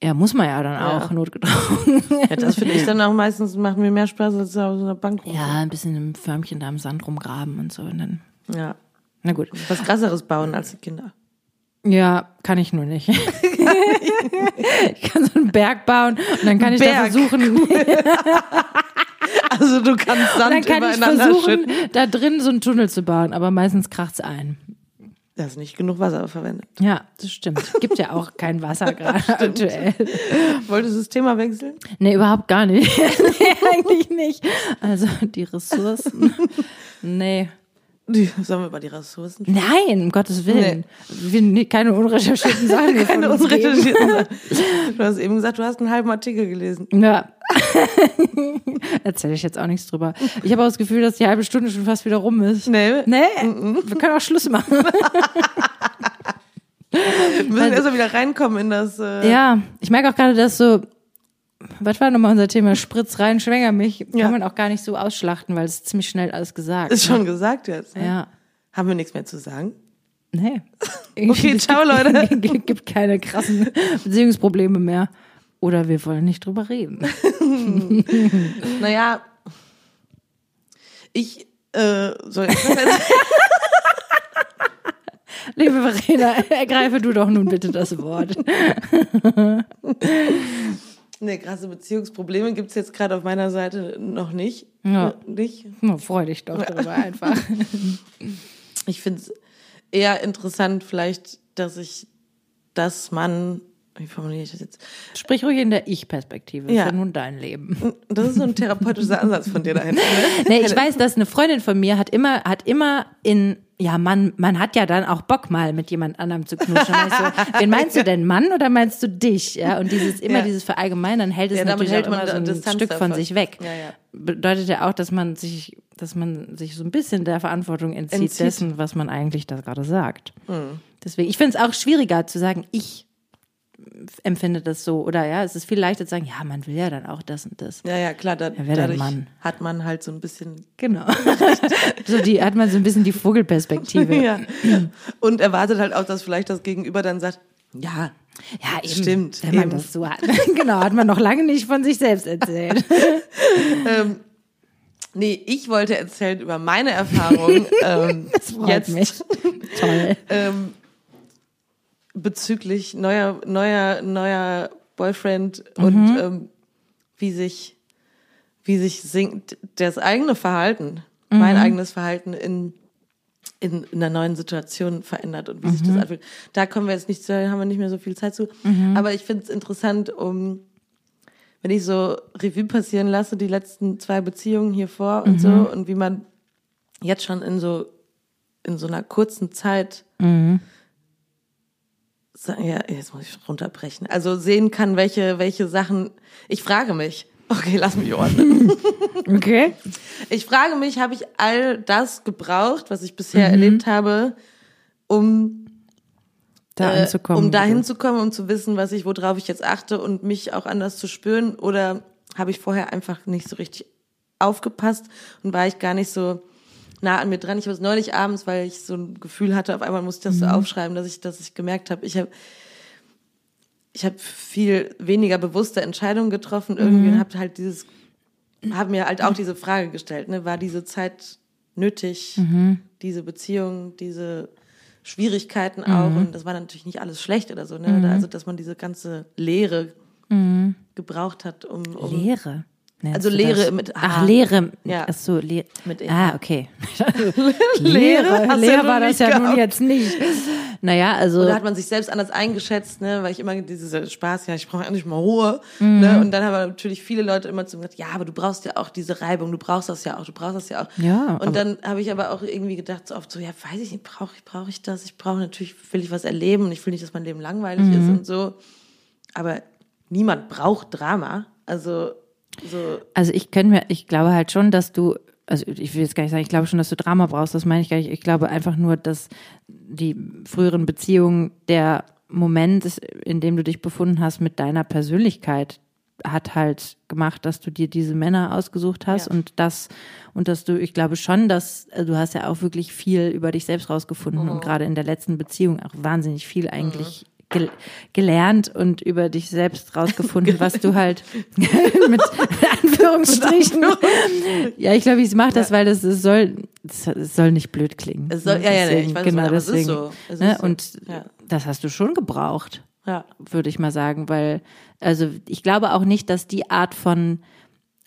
[SPEAKER 1] Ja, muss man ja dann
[SPEAKER 2] Ja.
[SPEAKER 1] auch notgedrungen.
[SPEAKER 2] Ja, das finde ich dann auch meistens, macht mir mehr Spaß als auf so einer Bank rum.
[SPEAKER 1] Ja, ein bisschen im Förmchen da im Sand rumgraben und so. Und dann,
[SPEAKER 2] ja.
[SPEAKER 1] na gut.
[SPEAKER 2] Was krasseres bauen als die Kinder.
[SPEAKER 1] Ja, kann ich nur nicht. ich kann so einen Berg bauen und dann kann ich da
[SPEAKER 2] Berg,
[SPEAKER 1] versuchen,
[SPEAKER 2] Also du kannst Sand
[SPEAKER 1] dann kann ich
[SPEAKER 2] übereinander
[SPEAKER 1] versuchen,
[SPEAKER 2] schütten.
[SPEAKER 1] da drin so einen Tunnel zu bauen, aber meistens kracht's ein.
[SPEAKER 2] Da ist nicht genug Wasser verwendet.
[SPEAKER 1] Ja, das stimmt. Gibt ja auch kein Wasser gerade aktuell.
[SPEAKER 2] Wolltest du das Thema wechseln?
[SPEAKER 1] Nee, überhaupt gar nicht. nee, eigentlich nicht. Also die Ressourcen. Nee.
[SPEAKER 2] Die, sollen wir über die Ressourcen
[SPEAKER 1] Nein, um Gottes Willen. Wir, nee, keine unrecherchierten Sachen. hier
[SPEAKER 2] Keine
[SPEAKER 1] von uns geben.
[SPEAKER 2] unrecherchierten Sachen. Du hast eben gesagt, du hast einen halben Artikel gelesen.
[SPEAKER 1] Ja. Erzähle ich jetzt auch nichts drüber. Ich habe auch das Gefühl, dass die halbe Stunde schon fast wieder rum ist.
[SPEAKER 2] Nee,
[SPEAKER 1] Nee, wir können auch Schluss machen.
[SPEAKER 2] wir müssen erst mal wieder reinkommen in das. Äh,
[SPEAKER 1] Ja, ich merke auch gerade, dass so, was war nochmal unser Thema? Spritz rein, schwänger mich. Kann
[SPEAKER 2] Ja.
[SPEAKER 1] man auch gar nicht so ausschlachten, weil es ziemlich schnell alles gesagt.
[SPEAKER 2] Ist schon gesagt jetzt. Ne?
[SPEAKER 1] ja.
[SPEAKER 2] Haben wir nichts mehr zu sagen?
[SPEAKER 1] Nee.
[SPEAKER 2] Okay,
[SPEAKER 1] Es
[SPEAKER 2] ciao,
[SPEAKER 1] gibt-
[SPEAKER 2] Leute.
[SPEAKER 1] gibt, gibt keine krassen Beziehungsprobleme mehr. Oder wir wollen nicht drüber reden.
[SPEAKER 2] Naja, ich äh, soll ich jetzt
[SPEAKER 1] Liebe Verena, ergreife du doch nun bitte das Wort.
[SPEAKER 2] ne, krasse Beziehungsprobleme gibt's jetzt gerade auf meiner Seite noch nicht.
[SPEAKER 1] Ja.
[SPEAKER 2] Nicht.
[SPEAKER 1] Na, freu dich doch darüber einfach.
[SPEAKER 2] Ich finde es eher interessant, vielleicht, dass ich das Mann, wie formuliere ich das jetzt?
[SPEAKER 1] Sprich ruhig in der Ich-Perspektive.
[SPEAKER 2] Ja.
[SPEAKER 1] Ist ja nun dein Leben.
[SPEAKER 2] Das ist so ein therapeutischer Ansatz von dir da hinten. Ne?
[SPEAKER 1] Nee, ich weiß, dass eine Freundin von mir hat immer, hat immer in, ja, man, man hat ja dann auch Bock mal mit jemand anderem zu knutschen. Weißt du, wen meinst du denn, Mann oder meinst du dich? Ja, und dieses, immer
[SPEAKER 2] Ja.
[SPEAKER 1] dieses Verallgemeinern hält es
[SPEAKER 2] Ja, damit
[SPEAKER 1] natürlich
[SPEAKER 2] hält
[SPEAKER 1] auch
[SPEAKER 2] man
[SPEAKER 1] immer so
[SPEAKER 2] da
[SPEAKER 1] ein
[SPEAKER 2] Distanz
[SPEAKER 1] Stück von
[SPEAKER 2] davon.
[SPEAKER 1] sich weg.
[SPEAKER 2] Ja, ja.
[SPEAKER 1] Bedeutet ja auch, dass man sich, dass man sich so ein bisschen der Verantwortung entzieht,
[SPEAKER 2] Entzieht. Hm.
[SPEAKER 1] dessen, was man eigentlich da gerade sagt. Deswegen, ich finde es auch schwieriger zu sagen, ich empfinde das so oder ja, es ist viel leichter zu sagen, ja, man will ja dann auch das und das.
[SPEAKER 2] Ja, ja, klar, da,
[SPEAKER 1] wer denn
[SPEAKER 2] dadurch
[SPEAKER 1] Mann?
[SPEAKER 2] hat man halt so ein bisschen.
[SPEAKER 1] Genau. so die hat man so ein bisschen die Vogelperspektive. Ja,
[SPEAKER 2] Ja. Und erwartet halt auch, dass vielleicht das Gegenüber dann sagt, ja,
[SPEAKER 1] eben,
[SPEAKER 2] Stimmt,
[SPEAKER 1] Wenn man
[SPEAKER 2] eben.
[SPEAKER 1] das so hat. genau, hat man noch lange nicht von sich selbst erzählt.
[SPEAKER 2] nee, ich wollte erzählen über meine Erfahrung ähm,
[SPEAKER 1] Das freut
[SPEAKER 2] jetzt
[SPEAKER 1] mich. Toll.
[SPEAKER 2] Ähm, bezüglich neuer, neuer, neuer Boyfriend und ähm, wie sich, wie sich sinkt das eigene Verhalten, mein eigenes Verhalten in, in, in der neuen Situation verändert und wie sich das anfühlt. Da kommen wir jetzt nicht zu, haben wir nicht mehr so viel Zeit zu. Aber ich finde es interessant, um wenn ich so Revue passieren lasse, die letzten zwei Beziehungen hier vor und so und wie man jetzt schon in so in so einer kurzen Zeit sa- ja, jetzt muss ich runterbrechen. Also sehen kann, welche, welche Sachen. Ich frage mich. Okay, lass mich ordnen.
[SPEAKER 1] Okay.
[SPEAKER 2] Ich frage mich, habe ich all das gebraucht, was ich bisher erlebt habe, um,
[SPEAKER 1] Da
[SPEAKER 2] äh,
[SPEAKER 1] anzukommen. Also
[SPEAKER 2] um dahin zu kommen, um zu wissen, was ich, worauf ich jetzt achte und mich auch anders zu spüren? Oder habe ich vorher einfach nicht so richtig aufgepasst und war ich gar nicht so nah an mir dran? Ich habe es neulich abends, weil ich so ein Gefühl hatte, auf einmal musste ich das so
[SPEAKER 1] Mhm.
[SPEAKER 2] aufschreiben, dass ich, dass ich gemerkt habe, ich habe ich habe viel weniger bewusste Entscheidungen getroffen irgendwie
[SPEAKER 1] Mhm.
[SPEAKER 2] und habe halt dieses, habe mir halt auch diese Frage gestellt, ne, war diese Zeit nötig, diese Beziehung, diese Schwierigkeiten auch und das war natürlich nicht alles schlecht oder so, ne, also dass man diese ganze Lehre gebraucht hat, um, um
[SPEAKER 1] Lehre. nennst
[SPEAKER 2] Also
[SPEAKER 1] du
[SPEAKER 2] Leere
[SPEAKER 1] das?
[SPEAKER 2] mit H.
[SPEAKER 1] Ach, Leere.
[SPEAKER 2] Ja.
[SPEAKER 1] Ach so, Leere.
[SPEAKER 2] Mit E.
[SPEAKER 1] ah, okay.
[SPEAKER 2] Leere
[SPEAKER 1] Leere,
[SPEAKER 2] hast du ja
[SPEAKER 1] Leere
[SPEAKER 2] nun
[SPEAKER 1] war das
[SPEAKER 2] nicht
[SPEAKER 1] ja nun
[SPEAKER 2] gehabt.
[SPEAKER 1] jetzt nicht. Naja, also.
[SPEAKER 2] Oder hat man sich selbst anders eingeschätzt, ne? weil ich immer dieses äh, Spaß, ja, ich brauche endlich mal Ruhe.
[SPEAKER 1] Mhm.
[SPEAKER 2] Ne? Und dann haben natürlich viele Leute immer zu mir gesagt, ja, aber du brauchst ja auch diese Reibung, du brauchst das ja auch, du brauchst das ja auch.
[SPEAKER 1] Ja, aber-
[SPEAKER 2] Und dann habe ich aber auch irgendwie gedacht, so oft so, ja, weiß ich nicht, brauche ich, brauche ich das? Ich brauche natürlich, will ich was erleben und ich will nicht, dass mein Leben langweilig ist
[SPEAKER 1] Mhm.
[SPEAKER 2] und so. Aber niemand braucht Drama. Also so,
[SPEAKER 1] Also ich könnte mir, ich glaube halt schon, dass du, also ich will jetzt gar nicht sagen, ich glaube schon, dass du Drama brauchst, das meine ich gar nicht. Ich glaube einfach nur, dass die früheren Beziehungen der Moment, ist, in dem du dich befunden hast mit deiner Persönlichkeit, hat halt gemacht, dass du dir diese Männer ausgesucht hast
[SPEAKER 2] Ja.
[SPEAKER 1] und das und dass du, ich glaube schon, dass also du hast ja auch wirklich viel über dich selbst rausgefunden und gerade in der letzten Beziehung auch wahnsinnig viel eigentlich gel gelernt und über dich selbst rausgefunden, was du halt mit Anführungsstrichen. ja, ich glaube, ich mache das, weil das, es soll, das, es soll nicht blöd klingen.
[SPEAKER 2] Es soll- ja, ja, nee, ich weiß, was du
[SPEAKER 1] genau
[SPEAKER 2] meinst, aber es ist
[SPEAKER 1] deswegen.
[SPEAKER 2] so. Es ist
[SPEAKER 1] ne?
[SPEAKER 2] so,
[SPEAKER 1] Und
[SPEAKER 2] ja.
[SPEAKER 1] das hast du schon gebraucht
[SPEAKER 2] ja.
[SPEAKER 1] würde ich mal sagen, weil, also ich glaube auch nicht, dass die Art von,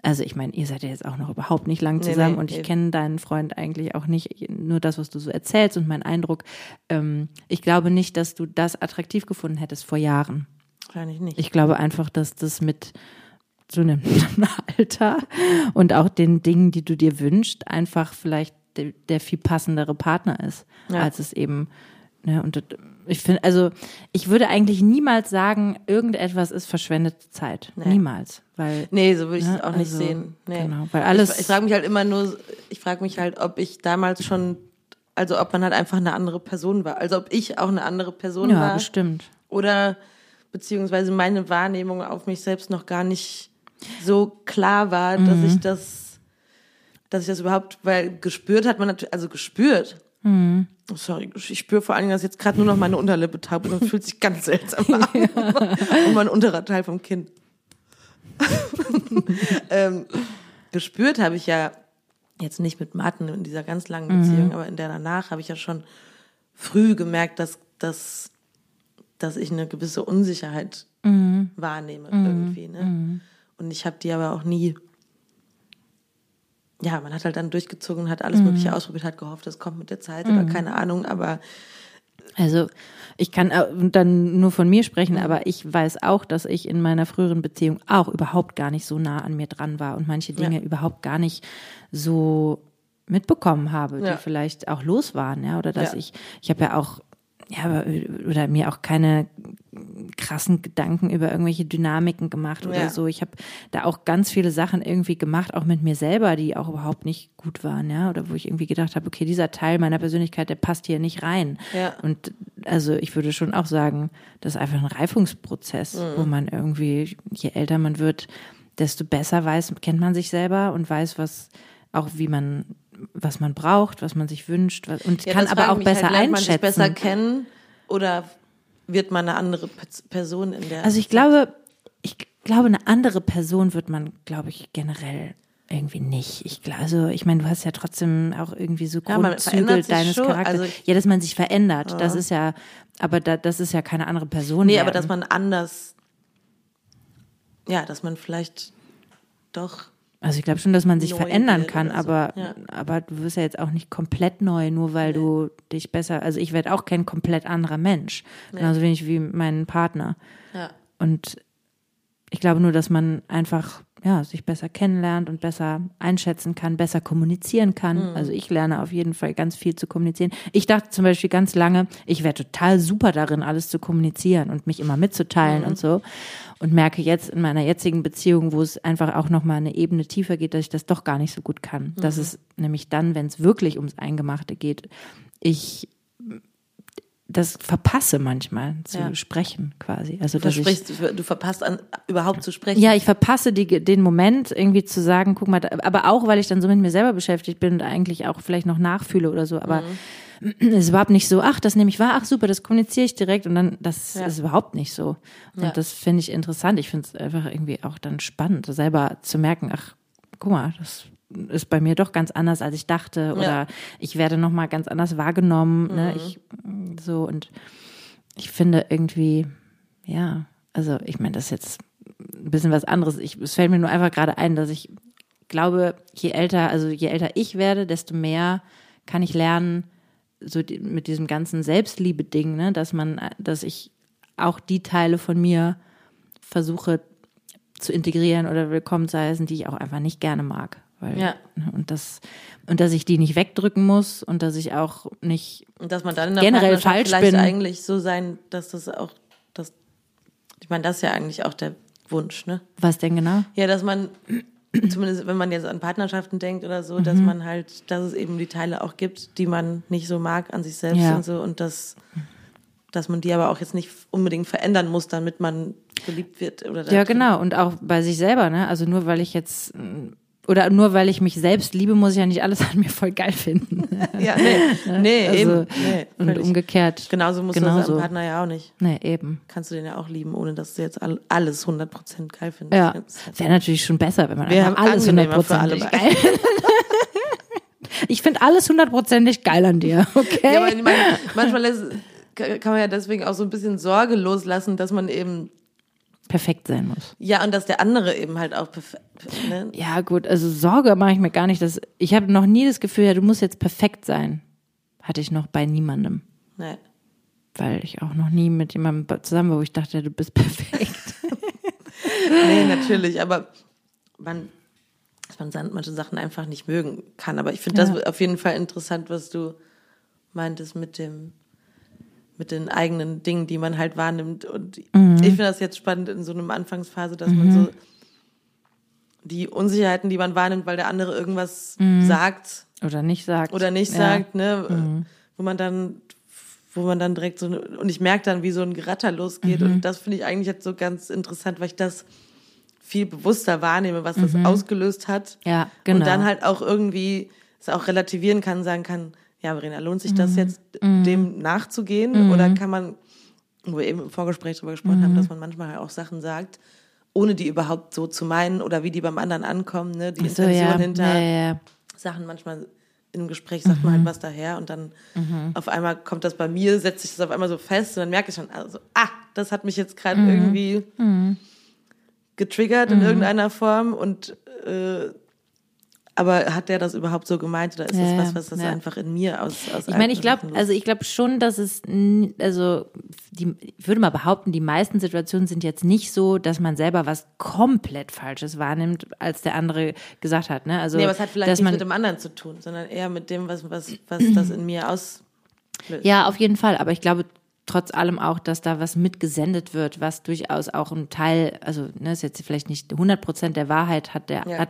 [SPEAKER 1] also ich meine, ihr seid ja jetzt auch noch überhaupt nicht lang zusammen
[SPEAKER 2] nee,
[SPEAKER 1] und ich
[SPEAKER 2] eben.
[SPEAKER 1] kenne deinen Freund eigentlich auch nicht, nur das, was du so erzählst und mein Eindruck, ähm, ich glaube nicht, dass du das attraktiv gefunden hättest vor Jahren.
[SPEAKER 2] Wahrscheinlich nicht.
[SPEAKER 1] Ich glaube einfach, dass das mit so einem Alter und auch den Dingen, die du dir wünschst, einfach vielleicht der, der viel passendere Partner ist,
[SPEAKER 2] Ja.
[SPEAKER 1] als es eben. Ne, und das, ich finde, also ich würde eigentlich niemals sagen, irgendetwas ist verschwendete Zeit. Niemals. Weil
[SPEAKER 2] Nee, so würde ich es
[SPEAKER 1] Ne,
[SPEAKER 2] auch nicht
[SPEAKER 1] also,
[SPEAKER 2] sehen. Nee.
[SPEAKER 1] genau, weil alles-
[SPEAKER 2] Ich, ich frage mich halt immer nur, ich frage mich halt, ob ich damals schon, also ob man halt einfach eine andere Person war. Also ob ich auch eine andere Person
[SPEAKER 1] ja,
[SPEAKER 2] war.
[SPEAKER 1] bestimmt.
[SPEAKER 2] Oder beziehungsweise meine Wahrnehmung auf mich selbst noch gar nicht so klar war, dass ich das, dass ich das überhaupt, weil gespürt hat man natürlich, also gespürt. Oh, Sorry, ich spüre vor allen Dingen, dass jetzt gerade nur noch meine Unterlippe taub ist. Das fühlt sich ganz seltsam an. Und mein unterer Teil vom Kinn. ähm, gespürt habe ich ja jetzt nicht mit Martin in dieser ganz langen Beziehung, aber in der danach habe ich ja schon früh gemerkt, dass, dass, dass ich eine gewisse Unsicherheit Mhm. wahrnehme irgendwie. Ne? Und ich habe die aber auch nie. Ja, man hat halt dann durchgezogen, hat alles Mögliche ausprobiert, hat gehofft, das kommt mit der Zeit oder keine Ahnung, aber
[SPEAKER 1] Also ich kann äh, dann nur von mir sprechen, aber ich weiß auch, dass ich in meiner früheren Beziehung auch überhaupt gar nicht so nah an mir dran war und manche Dinge
[SPEAKER 2] Ja.
[SPEAKER 1] überhaupt gar nicht so mitbekommen habe, die
[SPEAKER 2] Ja.
[SPEAKER 1] vielleicht auch los waren, ja, oder dass
[SPEAKER 2] Ja.
[SPEAKER 1] ich ich habe ja auch ja, aber- oder mir auch keine krassen Gedanken über irgendwelche Dynamiken gemacht oder
[SPEAKER 2] Ja.
[SPEAKER 1] so. Ich habe da auch ganz viele Sachen irgendwie gemacht, auch mit mir selber, die auch überhaupt nicht gut waren, ja, oder wo ich irgendwie gedacht habe, okay, dieser Teil meiner Persönlichkeit, der passt hier nicht rein.
[SPEAKER 2] Ja.
[SPEAKER 1] Und also ich würde schon auch sagen, das ist einfach ein Reifungsprozess,
[SPEAKER 2] Mhm.
[SPEAKER 1] wo man irgendwie, je älter man wird, desto besser weiß, kennt man sich selber und weiß, was auch wie man, was man braucht, was man sich wünscht was, und
[SPEAKER 2] Ja,
[SPEAKER 1] kann
[SPEAKER 2] das
[SPEAKER 1] aber
[SPEAKER 2] frage
[SPEAKER 1] auch
[SPEAKER 2] ich mich
[SPEAKER 1] besser
[SPEAKER 2] halt, lernt
[SPEAKER 1] einschätzen.
[SPEAKER 2] Man sich besser kennen oder wird man eine andere Pe- Person in der?
[SPEAKER 1] also ich glaube, ich glaube, eine andere Person wird man, glaube ich, generell irgendwie nicht. Ich glaube, also ich meine, du hast ja trotzdem auch irgendwie so
[SPEAKER 2] Ja, man
[SPEAKER 1] Grundzügel
[SPEAKER 2] verändert sich
[SPEAKER 1] deines
[SPEAKER 2] schon.
[SPEAKER 1] Charakters.
[SPEAKER 2] Also ich-
[SPEAKER 1] ja, dass man sich verändert. Das ist ja, aber da, das ist ja keine andere Person.
[SPEAKER 2] nee,
[SPEAKER 1] werden.
[SPEAKER 2] aber dass man anders, ja, dass man vielleicht doch
[SPEAKER 1] Also ich glaube schon, dass man sich
[SPEAKER 2] neu
[SPEAKER 1] verändern
[SPEAKER 2] wird
[SPEAKER 1] kann,
[SPEAKER 2] oder so.
[SPEAKER 1] aber,
[SPEAKER 2] Ja.
[SPEAKER 1] aber du wirst ja jetzt auch nicht komplett neu, nur weil du dich besser, also ich werde auch kein komplett anderer Mensch, genauso wenig wie mein Partner.
[SPEAKER 2] ja.
[SPEAKER 1] Und ich glaube nur, dass man einfach ja, sich besser kennenlernt und besser einschätzen kann, besser kommunizieren
[SPEAKER 2] Mhm.
[SPEAKER 1] kann. Also ich lerne auf jeden Fall ganz viel zu kommunizieren. Ich dachte zum Beispiel ganz lange, ich wäre total super darin, alles zu kommunizieren und mich immer mitzuteilen
[SPEAKER 2] Mhm.
[SPEAKER 1] und so. Und merke jetzt in meiner jetzigen Beziehung, wo es einfach auch nochmal eine Ebene tiefer geht, dass ich das doch gar nicht so gut kann. Dass
[SPEAKER 2] Mhm.
[SPEAKER 1] es nämlich dann, wenn es wirklich ums Eingemachte geht, ich das verpasse manchmal zu
[SPEAKER 2] Ja.
[SPEAKER 1] sprechen quasi. Also
[SPEAKER 2] Du,
[SPEAKER 1] dass ich
[SPEAKER 2] sprichst, du verpasst an, überhaupt zu sprechen.
[SPEAKER 1] ja, ich verpasse die, den Moment, irgendwie zu sagen, guck mal, da- aber auch, weil ich dann so mit mir selber beschäftigt bin und eigentlich auch vielleicht noch nachfühle oder so, aber es ist überhaupt nicht so, ach, das nehme ich wahr, ach super, das kommuniziere ich direkt und dann, das
[SPEAKER 2] Ja.
[SPEAKER 1] ist überhaupt nicht so. Und
[SPEAKER 2] Ja.
[SPEAKER 1] das finde ich interessant. Ich finde es einfach irgendwie auch dann spannend, so selber zu merken, ach, guck mal, das ist bei mir doch ganz anders, als ich dachte oder
[SPEAKER 2] Ja. Mhm.
[SPEAKER 1] ich werde nochmal ganz anders wahrgenommen, ne, ich, so und ich finde irgendwie, ja, also ich meine, das ist jetzt ein bisschen was anderes. Ich, es fällt mir nur einfach gerade ein, dass ich glaube, je älter, also je älter ich werde, desto mehr kann ich lernen, so die, mit diesem ganzen Selbstliebe-Ding, ne, dass man, dass ich auch die Teile von mir versuche zu integrieren oder willkommen zu heißen, die ich auch einfach nicht gerne mag. Weil,
[SPEAKER 2] Ja.
[SPEAKER 1] ne, Und das, und dass ich die nicht wegdrücken muss und dass ich auch nicht,
[SPEAKER 2] Und dass man dann in der
[SPEAKER 1] Generell
[SPEAKER 2] Partnerschaft
[SPEAKER 1] falsch
[SPEAKER 2] vielleicht
[SPEAKER 1] bin.
[SPEAKER 2] eigentlich so sein, dass das auch, das, ich meine, das ist ja eigentlich auch der Wunsch, ne?
[SPEAKER 1] was denn genau?
[SPEAKER 2] Ja, dass man, zumindest wenn man jetzt an Partnerschaften denkt oder so,
[SPEAKER 1] Mhm.
[SPEAKER 2] dass man halt, dass es eben die Teile auch gibt, die man nicht so mag an sich selbst
[SPEAKER 1] Ja.
[SPEAKER 2] und so und dass, dass man die aber auch jetzt nicht unbedingt verändern muss, damit man geliebt wird oder
[SPEAKER 1] Ja, genau. Und auch bei sich selber, ne? Also nur weil ich jetzt, mm, oder nur weil ich mich selbst liebe, muss ich ja nicht alles an mir voll geil finden.
[SPEAKER 2] Ja, nee, nee,
[SPEAKER 1] Also,
[SPEAKER 2] eben, nee
[SPEAKER 1] und
[SPEAKER 2] völlig.
[SPEAKER 1] umgekehrt.
[SPEAKER 2] Genauso musst du das
[SPEAKER 1] Genauso.
[SPEAKER 2] am Partner ja auch nicht.
[SPEAKER 1] Nee, eben.
[SPEAKER 2] Kannst du den ja auch lieben, ohne dass du jetzt all- alles 100% geil findest.
[SPEAKER 1] Ja.
[SPEAKER 2] Das ist halt
[SPEAKER 1] Wäre natürlich schon besser, wenn man
[SPEAKER 2] Wäre
[SPEAKER 1] einfach alles
[SPEAKER 2] angenehmer für alle
[SPEAKER 1] hundertprozentig geil. ich finde alles hundertprozentig geil an dir, okay?
[SPEAKER 2] Ja, aber ich meine, manchmal lässt, kann kann man ja deswegen auch so ein bisschen Sorge loslassen, dass man eben,
[SPEAKER 1] Perfekt sein muss.
[SPEAKER 2] ja, und dass der andere eben halt auch, perf- ne?
[SPEAKER 1] Ja, gut, also Sorge mache ich mir gar nicht. Dass, ich habe noch nie das Gefühl, ja, du musst jetzt perfekt sein. Hatte ich noch bei niemandem.
[SPEAKER 2] Nein.
[SPEAKER 1] Weil ich auch noch nie mit jemandem zusammen war, wo ich dachte, du bist perfekt.
[SPEAKER 2] Nee, natürlich, aber man, dass man san- manche Sachen einfach nicht mögen kann. Aber ich finde das auf jeden Fall interessant, was du meintest mit dem, mit den eigenen Dingen, die man halt wahrnimmt. Und ich finde das jetzt spannend in so einem Anfangsphase, dass man so die Unsicherheiten, die man wahrnimmt, weil der andere irgendwas sagt,
[SPEAKER 1] Oder nicht sagt.
[SPEAKER 2] oder nicht
[SPEAKER 1] Ja. Mhm.
[SPEAKER 2] sagt, ne? Wo man dann, wo man dann direkt so eine, und ich merke dann, wie so ein Geratter losgeht.
[SPEAKER 1] Mhm.
[SPEAKER 2] Und das finde ich eigentlich jetzt so ganz interessant, weil ich das viel bewusster wahrnehme, was das ausgelöst hat.
[SPEAKER 1] Ja, Mhm. genau.
[SPEAKER 2] Und dann halt auch irgendwie es auch relativieren kann, sagen kann, ja, Verena, lohnt sich
[SPEAKER 1] Mhm.
[SPEAKER 2] das jetzt, dem nachzugehen? Oder kann man, wo wir eben im Vorgespräch drüber gesprochen
[SPEAKER 1] Mhm.
[SPEAKER 2] haben, dass man manchmal halt auch Sachen sagt, ohne die überhaupt so zu meinen oder wie die beim anderen ankommen, ne? Die
[SPEAKER 1] so,
[SPEAKER 2] Intention
[SPEAKER 1] ja.
[SPEAKER 2] hinter.
[SPEAKER 1] ja, ja, ja.
[SPEAKER 2] Sachen manchmal im Gespräch sagt
[SPEAKER 1] Mhm.
[SPEAKER 2] man halt was daher und dann auf einmal kommt das bei mir, setzt sich das auf einmal so fest und dann merke ich schon, also, ah, das hat mich jetzt gerade
[SPEAKER 1] Mhm.
[SPEAKER 2] irgendwie getriggert in irgendeiner Form und äh, aber hat der das überhaupt so gemeint oder ist
[SPEAKER 1] Ja,
[SPEAKER 2] das
[SPEAKER 1] ja,
[SPEAKER 2] was, was das
[SPEAKER 1] ja.
[SPEAKER 2] einfach in mir aus, aus
[SPEAKER 1] Ich meine, ich glaube,
[SPEAKER 2] alten Sachen
[SPEAKER 1] also ich glaube schon, dass es, n- also die, ich würde mal behaupten, die meisten Situationen sind jetzt nicht so, dass man selber was komplett Falsches wahrnimmt, als der andere gesagt hat. Ne? Also,
[SPEAKER 2] nee, aber es hat vielleicht
[SPEAKER 1] dass
[SPEAKER 2] nichts
[SPEAKER 1] man,
[SPEAKER 2] mit dem anderen zu tun, sondern eher mit dem, was, was, was das in mir aus.
[SPEAKER 1] Ja, auf jeden Fall. Aber ich glaube trotz allem auch, dass da was mitgesendet wird, was durchaus auch ein Teil, also ne, ist jetzt vielleicht nicht 100 Prozent der Wahrheit hat, der
[SPEAKER 2] Ja.
[SPEAKER 1] hat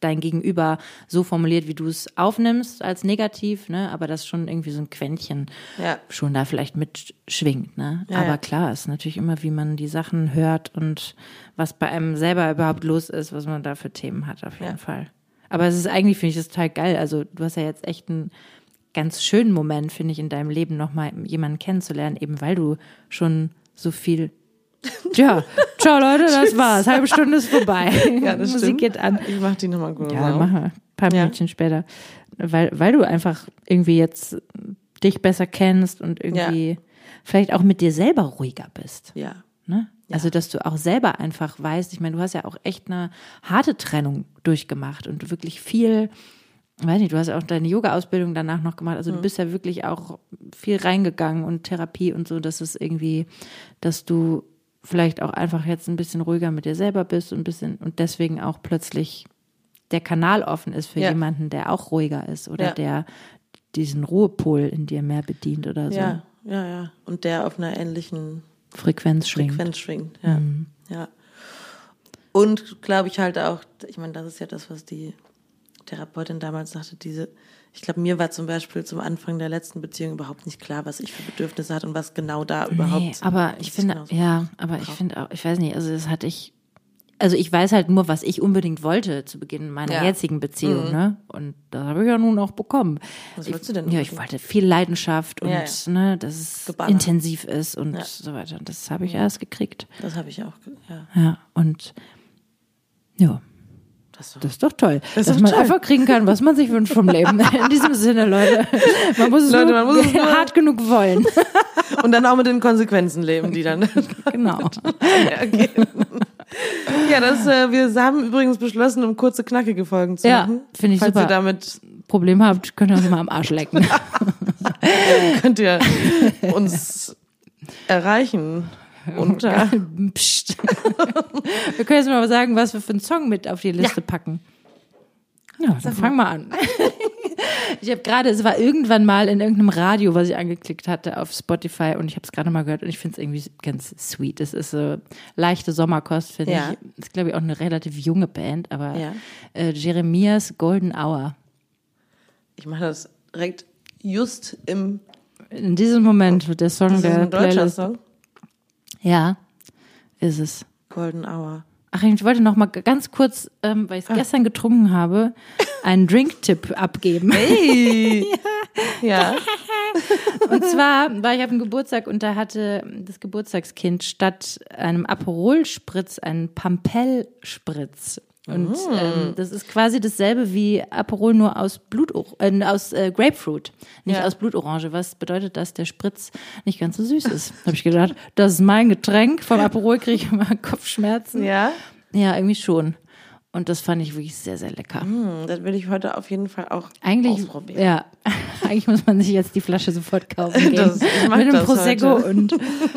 [SPEAKER 1] dein Gegenüber so formuliert, wie du es aufnimmst als negativ, ne? Aber das schon irgendwie so ein Quäntchen
[SPEAKER 2] Ja.
[SPEAKER 1] schon da vielleicht mitschwingt, ne?
[SPEAKER 2] Ja,
[SPEAKER 1] Aber
[SPEAKER 2] ja.
[SPEAKER 1] klar ist natürlich immer, wie man die Sachen hört und was bei einem selber überhaupt los ist, was man da für Themen hat, auf jeden
[SPEAKER 2] Ja.
[SPEAKER 1] Fall. Aber es ist eigentlich, finde ich, das total geil. Also du hast ja jetzt echt einen ganz schönen Moment, finde ich, in deinem Leben nochmal jemanden kennenzulernen, eben weil du schon so viel. Tja, ciao Leute, das war's. Halbe Stunde ist vorbei.
[SPEAKER 2] Ja, das
[SPEAKER 1] Musik
[SPEAKER 2] stimmt.
[SPEAKER 1] geht an.
[SPEAKER 2] Ich mach die nochmal gut.
[SPEAKER 1] Ja, machen wir. Ein paar
[SPEAKER 2] Ja.
[SPEAKER 1] Minütchen später. Weil, weil du einfach irgendwie jetzt dich besser kennst und irgendwie vielleicht auch mit dir selber ruhiger bist.
[SPEAKER 2] ja.
[SPEAKER 1] Ne? Also, dass du auch selber einfach weißt, ich meine, du hast ja auch echt eine harte Trennung durchgemacht und wirklich viel, weiß nicht, du hast ja auch deine Yoga-Ausbildung danach noch gemacht.
[SPEAKER 2] Mhm.
[SPEAKER 1] Also, du bist ja wirklich auch viel reingegangen und Therapie und so, dass es irgendwie, dass du vielleicht auch einfach jetzt ein bisschen ruhiger mit dir selber bist und ein bisschen und deswegen auch plötzlich der Kanal offen ist für
[SPEAKER 2] Ja.
[SPEAKER 1] jemanden, der auch ruhiger ist oder
[SPEAKER 2] Ja.
[SPEAKER 1] der diesen Ruhepol in dir mehr bedient oder so.
[SPEAKER 2] Ja, ja, ja. Und der auf einer ähnlichen
[SPEAKER 1] Frequenz schwingt.
[SPEAKER 2] Frequenz schwingt. Ja. ja. Und glaube ich halt auch, ich meine, das ist ja das, was die Therapeutin damals sagte, diese, ich glaube, mir war zum Beispiel zum Anfang der letzten Beziehung überhaupt nicht klar, was ich für Bedürfnisse hatte und was genau da überhaupt.
[SPEAKER 1] Nee, aber
[SPEAKER 2] was
[SPEAKER 1] ich finde,
[SPEAKER 2] genau so-
[SPEAKER 1] ja, aber ich finde auch, ich weiß nicht, also das hatte ich, also ich weiß halt nur, was ich unbedingt wollte zu Beginn meiner
[SPEAKER 2] Ja. Mhm.
[SPEAKER 1] jetzigen Beziehung, ne? Und das habe ich ja nun auch bekommen.
[SPEAKER 2] Was
[SPEAKER 1] ich,
[SPEAKER 2] wolltest du denn
[SPEAKER 1] Ja, ich wollte viel Leidenschaft und,
[SPEAKER 2] Ja,
[SPEAKER 1] ne, dass es
[SPEAKER 2] Geballer.
[SPEAKER 1] intensiv ist und so weiter. Und das habe ich
[SPEAKER 2] Mhm.
[SPEAKER 1] erst gekriegt.
[SPEAKER 2] Das habe ich auch, ge- ja.
[SPEAKER 1] Ja, und, ja.
[SPEAKER 2] Das war
[SPEAKER 1] Das ist doch toll,
[SPEAKER 2] Das ist
[SPEAKER 1] dass
[SPEAKER 2] doch
[SPEAKER 1] man
[SPEAKER 2] toll.
[SPEAKER 1] einfach kriegen kann, was man sich wünscht vom Leben. In diesem Sinne, Leute, man muss es,
[SPEAKER 2] Leute,
[SPEAKER 1] nur,
[SPEAKER 2] man muss es nur-
[SPEAKER 1] hart genug wollen.
[SPEAKER 2] Und dann auch mit den Konsequenzen leben, die dann.
[SPEAKER 1] Genau.
[SPEAKER 2] Ja, okay. Ja, das, äh, wir haben übrigens beschlossen, um kurze, knackige Folgen zu
[SPEAKER 1] Ja,
[SPEAKER 2] machen.
[SPEAKER 1] finde ich
[SPEAKER 2] Falls
[SPEAKER 1] super.
[SPEAKER 2] ihr damit,
[SPEAKER 1] Problem habt, könnt ihr uns mal am Arsch lecken.
[SPEAKER 2] könnt ihr uns erreichen. äh, Unter.
[SPEAKER 1] Psst. Wir können jetzt mal sagen, was wir für einen Song mit auf die Liste packen. Ja, dann fang mal an. Ich habe gerade, es war irgendwann mal in irgendeinem Radio, was ich angeklickt hatte auf Spotify und ich habe es gerade mal gehört und ich finde es irgendwie ganz sweet. Es ist so leichte Sommerkost, finde
[SPEAKER 2] Ja.
[SPEAKER 1] ich. Ist, glaube ich, auch eine relativ junge Band, aber
[SPEAKER 2] Ja.
[SPEAKER 1] äh, Jeremias Golden Hour.
[SPEAKER 2] Ich mache das direkt just im.
[SPEAKER 1] In diesem Moment wird der Song
[SPEAKER 2] Das ist
[SPEAKER 1] der
[SPEAKER 2] ein deutscher
[SPEAKER 1] Playlist.
[SPEAKER 2] Song.
[SPEAKER 1] Ja, ist es.
[SPEAKER 2] Golden Hour.
[SPEAKER 1] Ach, ich wollte noch mal g- ganz kurz, ähm, weil ich
[SPEAKER 2] Ah.
[SPEAKER 1] es gestern getrunken habe, einen Drink-Tipp abgeben.
[SPEAKER 2] Hey! ja.
[SPEAKER 1] Und zwar war ich auf dem Geburtstag und da hatte das Geburtstagskind statt einem Aperol-Spritz einen Pampel-Spritz. Und
[SPEAKER 2] Ah.
[SPEAKER 1] ähm, das ist quasi dasselbe wie Aperol nur aus Blut äh, aus äh, Grapefruit, nicht
[SPEAKER 2] Ja.
[SPEAKER 1] aus Blutorange. Was bedeutet, dass der Spritz nicht ganz so süß ist? Habe ich gedacht, das ist mein Getränk. Vom Aperol kriege ich immer Kopfschmerzen.
[SPEAKER 2] Ja.
[SPEAKER 1] Ja, irgendwie schon. Und das fand ich wirklich sehr, sehr lecker.
[SPEAKER 2] Hm, das will ich heute auf jeden Fall auch
[SPEAKER 1] Eigentlich,
[SPEAKER 2] ausprobieren.
[SPEAKER 1] ja, eigentlich muss man sich jetzt die Flasche sofort kaufen. Gehen.
[SPEAKER 2] Das- ich mach
[SPEAKER 1] Mit einem
[SPEAKER 2] das
[SPEAKER 1] Prosecco und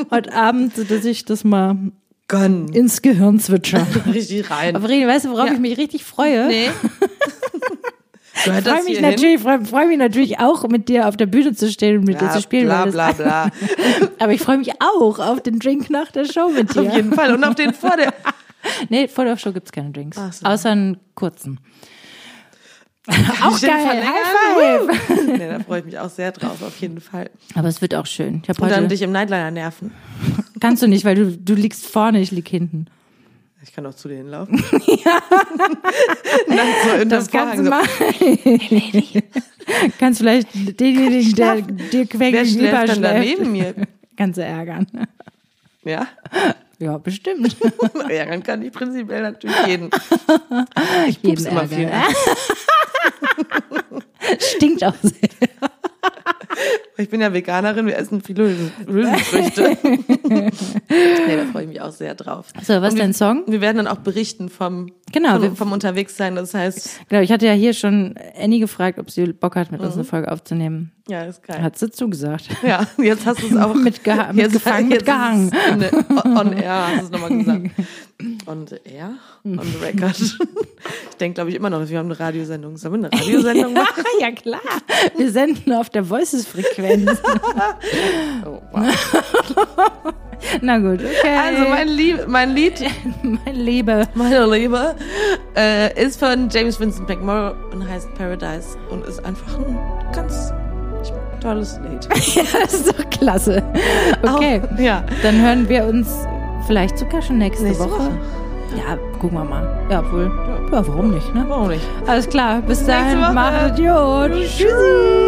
[SPEAKER 1] heute Abend, dass ich das mal
[SPEAKER 2] Gönn.
[SPEAKER 1] ins Gehirn zwitscher.
[SPEAKER 2] Richtig rein.
[SPEAKER 1] Aber Reni, weißt du, worauf
[SPEAKER 2] Ja.
[SPEAKER 1] ich mich richtig freue?
[SPEAKER 2] Nee.
[SPEAKER 1] freue
[SPEAKER 2] Gehört das
[SPEAKER 1] mich,
[SPEAKER 2] hier hin?
[SPEAKER 1] natürlich, freu, freu mich natürlich auch, mit dir auf der Bühne zu stehen und mit dir zu spielen.
[SPEAKER 2] bla,
[SPEAKER 1] weil das-
[SPEAKER 2] bla, bla.
[SPEAKER 1] Aber ich freue mich auch auf den Drink nach der Show mit
[SPEAKER 2] Auf
[SPEAKER 1] dir.
[SPEAKER 2] jeden Fall. Und auf den vor der.
[SPEAKER 1] Nee, vor der Show gibt's keine Drinks.
[SPEAKER 2] Ach so.
[SPEAKER 1] Außer einen kurzen. auch
[SPEAKER 2] Schön
[SPEAKER 1] geil.
[SPEAKER 2] verlängern.
[SPEAKER 1] High five.
[SPEAKER 2] Wuhu. Nee, da freue ich mich auch sehr drauf, auf jeden Fall.
[SPEAKER 1] Aber es wird auch schön. Ich hab
[SPEAKER 2] Und dann
[SPEAKER 1] heute,
[SPEAKER 2] dich im Nightliner nerven.
[SPEAKER 1] kannst du nicht, weil du, du liegst vorne, ich lieg hinten.
[SPEAKER 2] Ich kann auch zu denen laufen. ja. Nachts so in
[SPEAKER 1] Das kannst du
[SPEAKER 2] so.
[SPEAKER 1] machen. kannst vielleicht denjenigen, der dir quer
[SPEAKER 2] Wer
[SPEAKER 1] gegenüber
[SPEAKER 2] schläft dann
[SPEAKER 1] schläft,
[SPEAKER 2] daneben mir?
[SPEAKER 1] kannst du ärgern.
[SPEAKER 2] Ja.
[SPEAKER 1] Ja, bestimmt.
[SPEAKER 2] Ja, dann kann ich prinzipiell natürlich jeden.
[SPEAKER 1] Ich
[SPEAKER 2] pups immer
[SPEAKER 1] Stinkt auch sehr.
[SPEAKER 2] Ich bin ja Veganerin, wir essen viele Hülsen- Hülsenfrüchte. nee, da freue ich mich auch sehr drauf.
[SPEAKER 1] So, was
[SPEAKER 2] Und wir-
[SPEAKER 1] dein Song?
[SPEAKER 2] Wir werden dann auch berichten vom,
[SPEAKER 1] Genau, wir-
[SPEAKER 2] vom, vom Unterwegssein. Das heißt,
[SPEAKER 1] Genau, ich hatte ja hier schon Annie gefragt, ob sie Bock hat, mit uns
[SPEAKER 2] Mhm.
[SPEAKER 1] eine Folge aufzunehmen.
[SPEAKER 2] ja, ist geil.
[SPEAKER 1] Hat sie zugesagt.
[SPEAKER 2] Ja, jetzt hast du es auch
[SPEAKER 1] Mitgeha- mitgefangen,
[SPEAKER 2] jetzt
[SPEAKER 1] mitgehangen.
[SPEAKER 2] ist es in der- On air hast du es nochmal gesagt. On air? On the record. Ich denke, glaube ich, immer noch, dass wir haben eine Radiosendung. Sollen wir eine Radiosendung machen?
[SPEAKER 1] ja, klar. Wir senden auf der Voices-Frequenz.
[SPEAKER 2] Oh, wow.
[SPEAKER 1] Na gut, okay.
[SPEAKER 2] Also, mein, Lieb, mein Lied,
[SPEAKER 1] mein Liebe.
[SPEAKER 2] meine Liebe, äh, ist von James Vincent McMorrow und heißt Paradise und ist einfach ein ganz tolles Lied.
[SPEAKER 1] Das ist doch klasse. Okay.
[SPEAKER 2] Auch- ja.
[SPEAKER 1] Dann hören wir uns vielleicht sogar schon nächste,
[SPEAKER 2] Nächste
[SPEAKER 1] Woche.
[SPEAKER 2] Woche.
[SPEAKER 1] Ja, gucken wir mal. Ja, obwohl. Ja, warum nicht, ne?
[SPEAKER 2] Warum nicht?
[SPEAKER 1] Alles klar, bis
[SPEAKER 2] Nächste
[SPEAKER 1] dahin.
[SPEAKER 2] Woche.
[SPEAKER 1] Macht's gut. Tschüssi.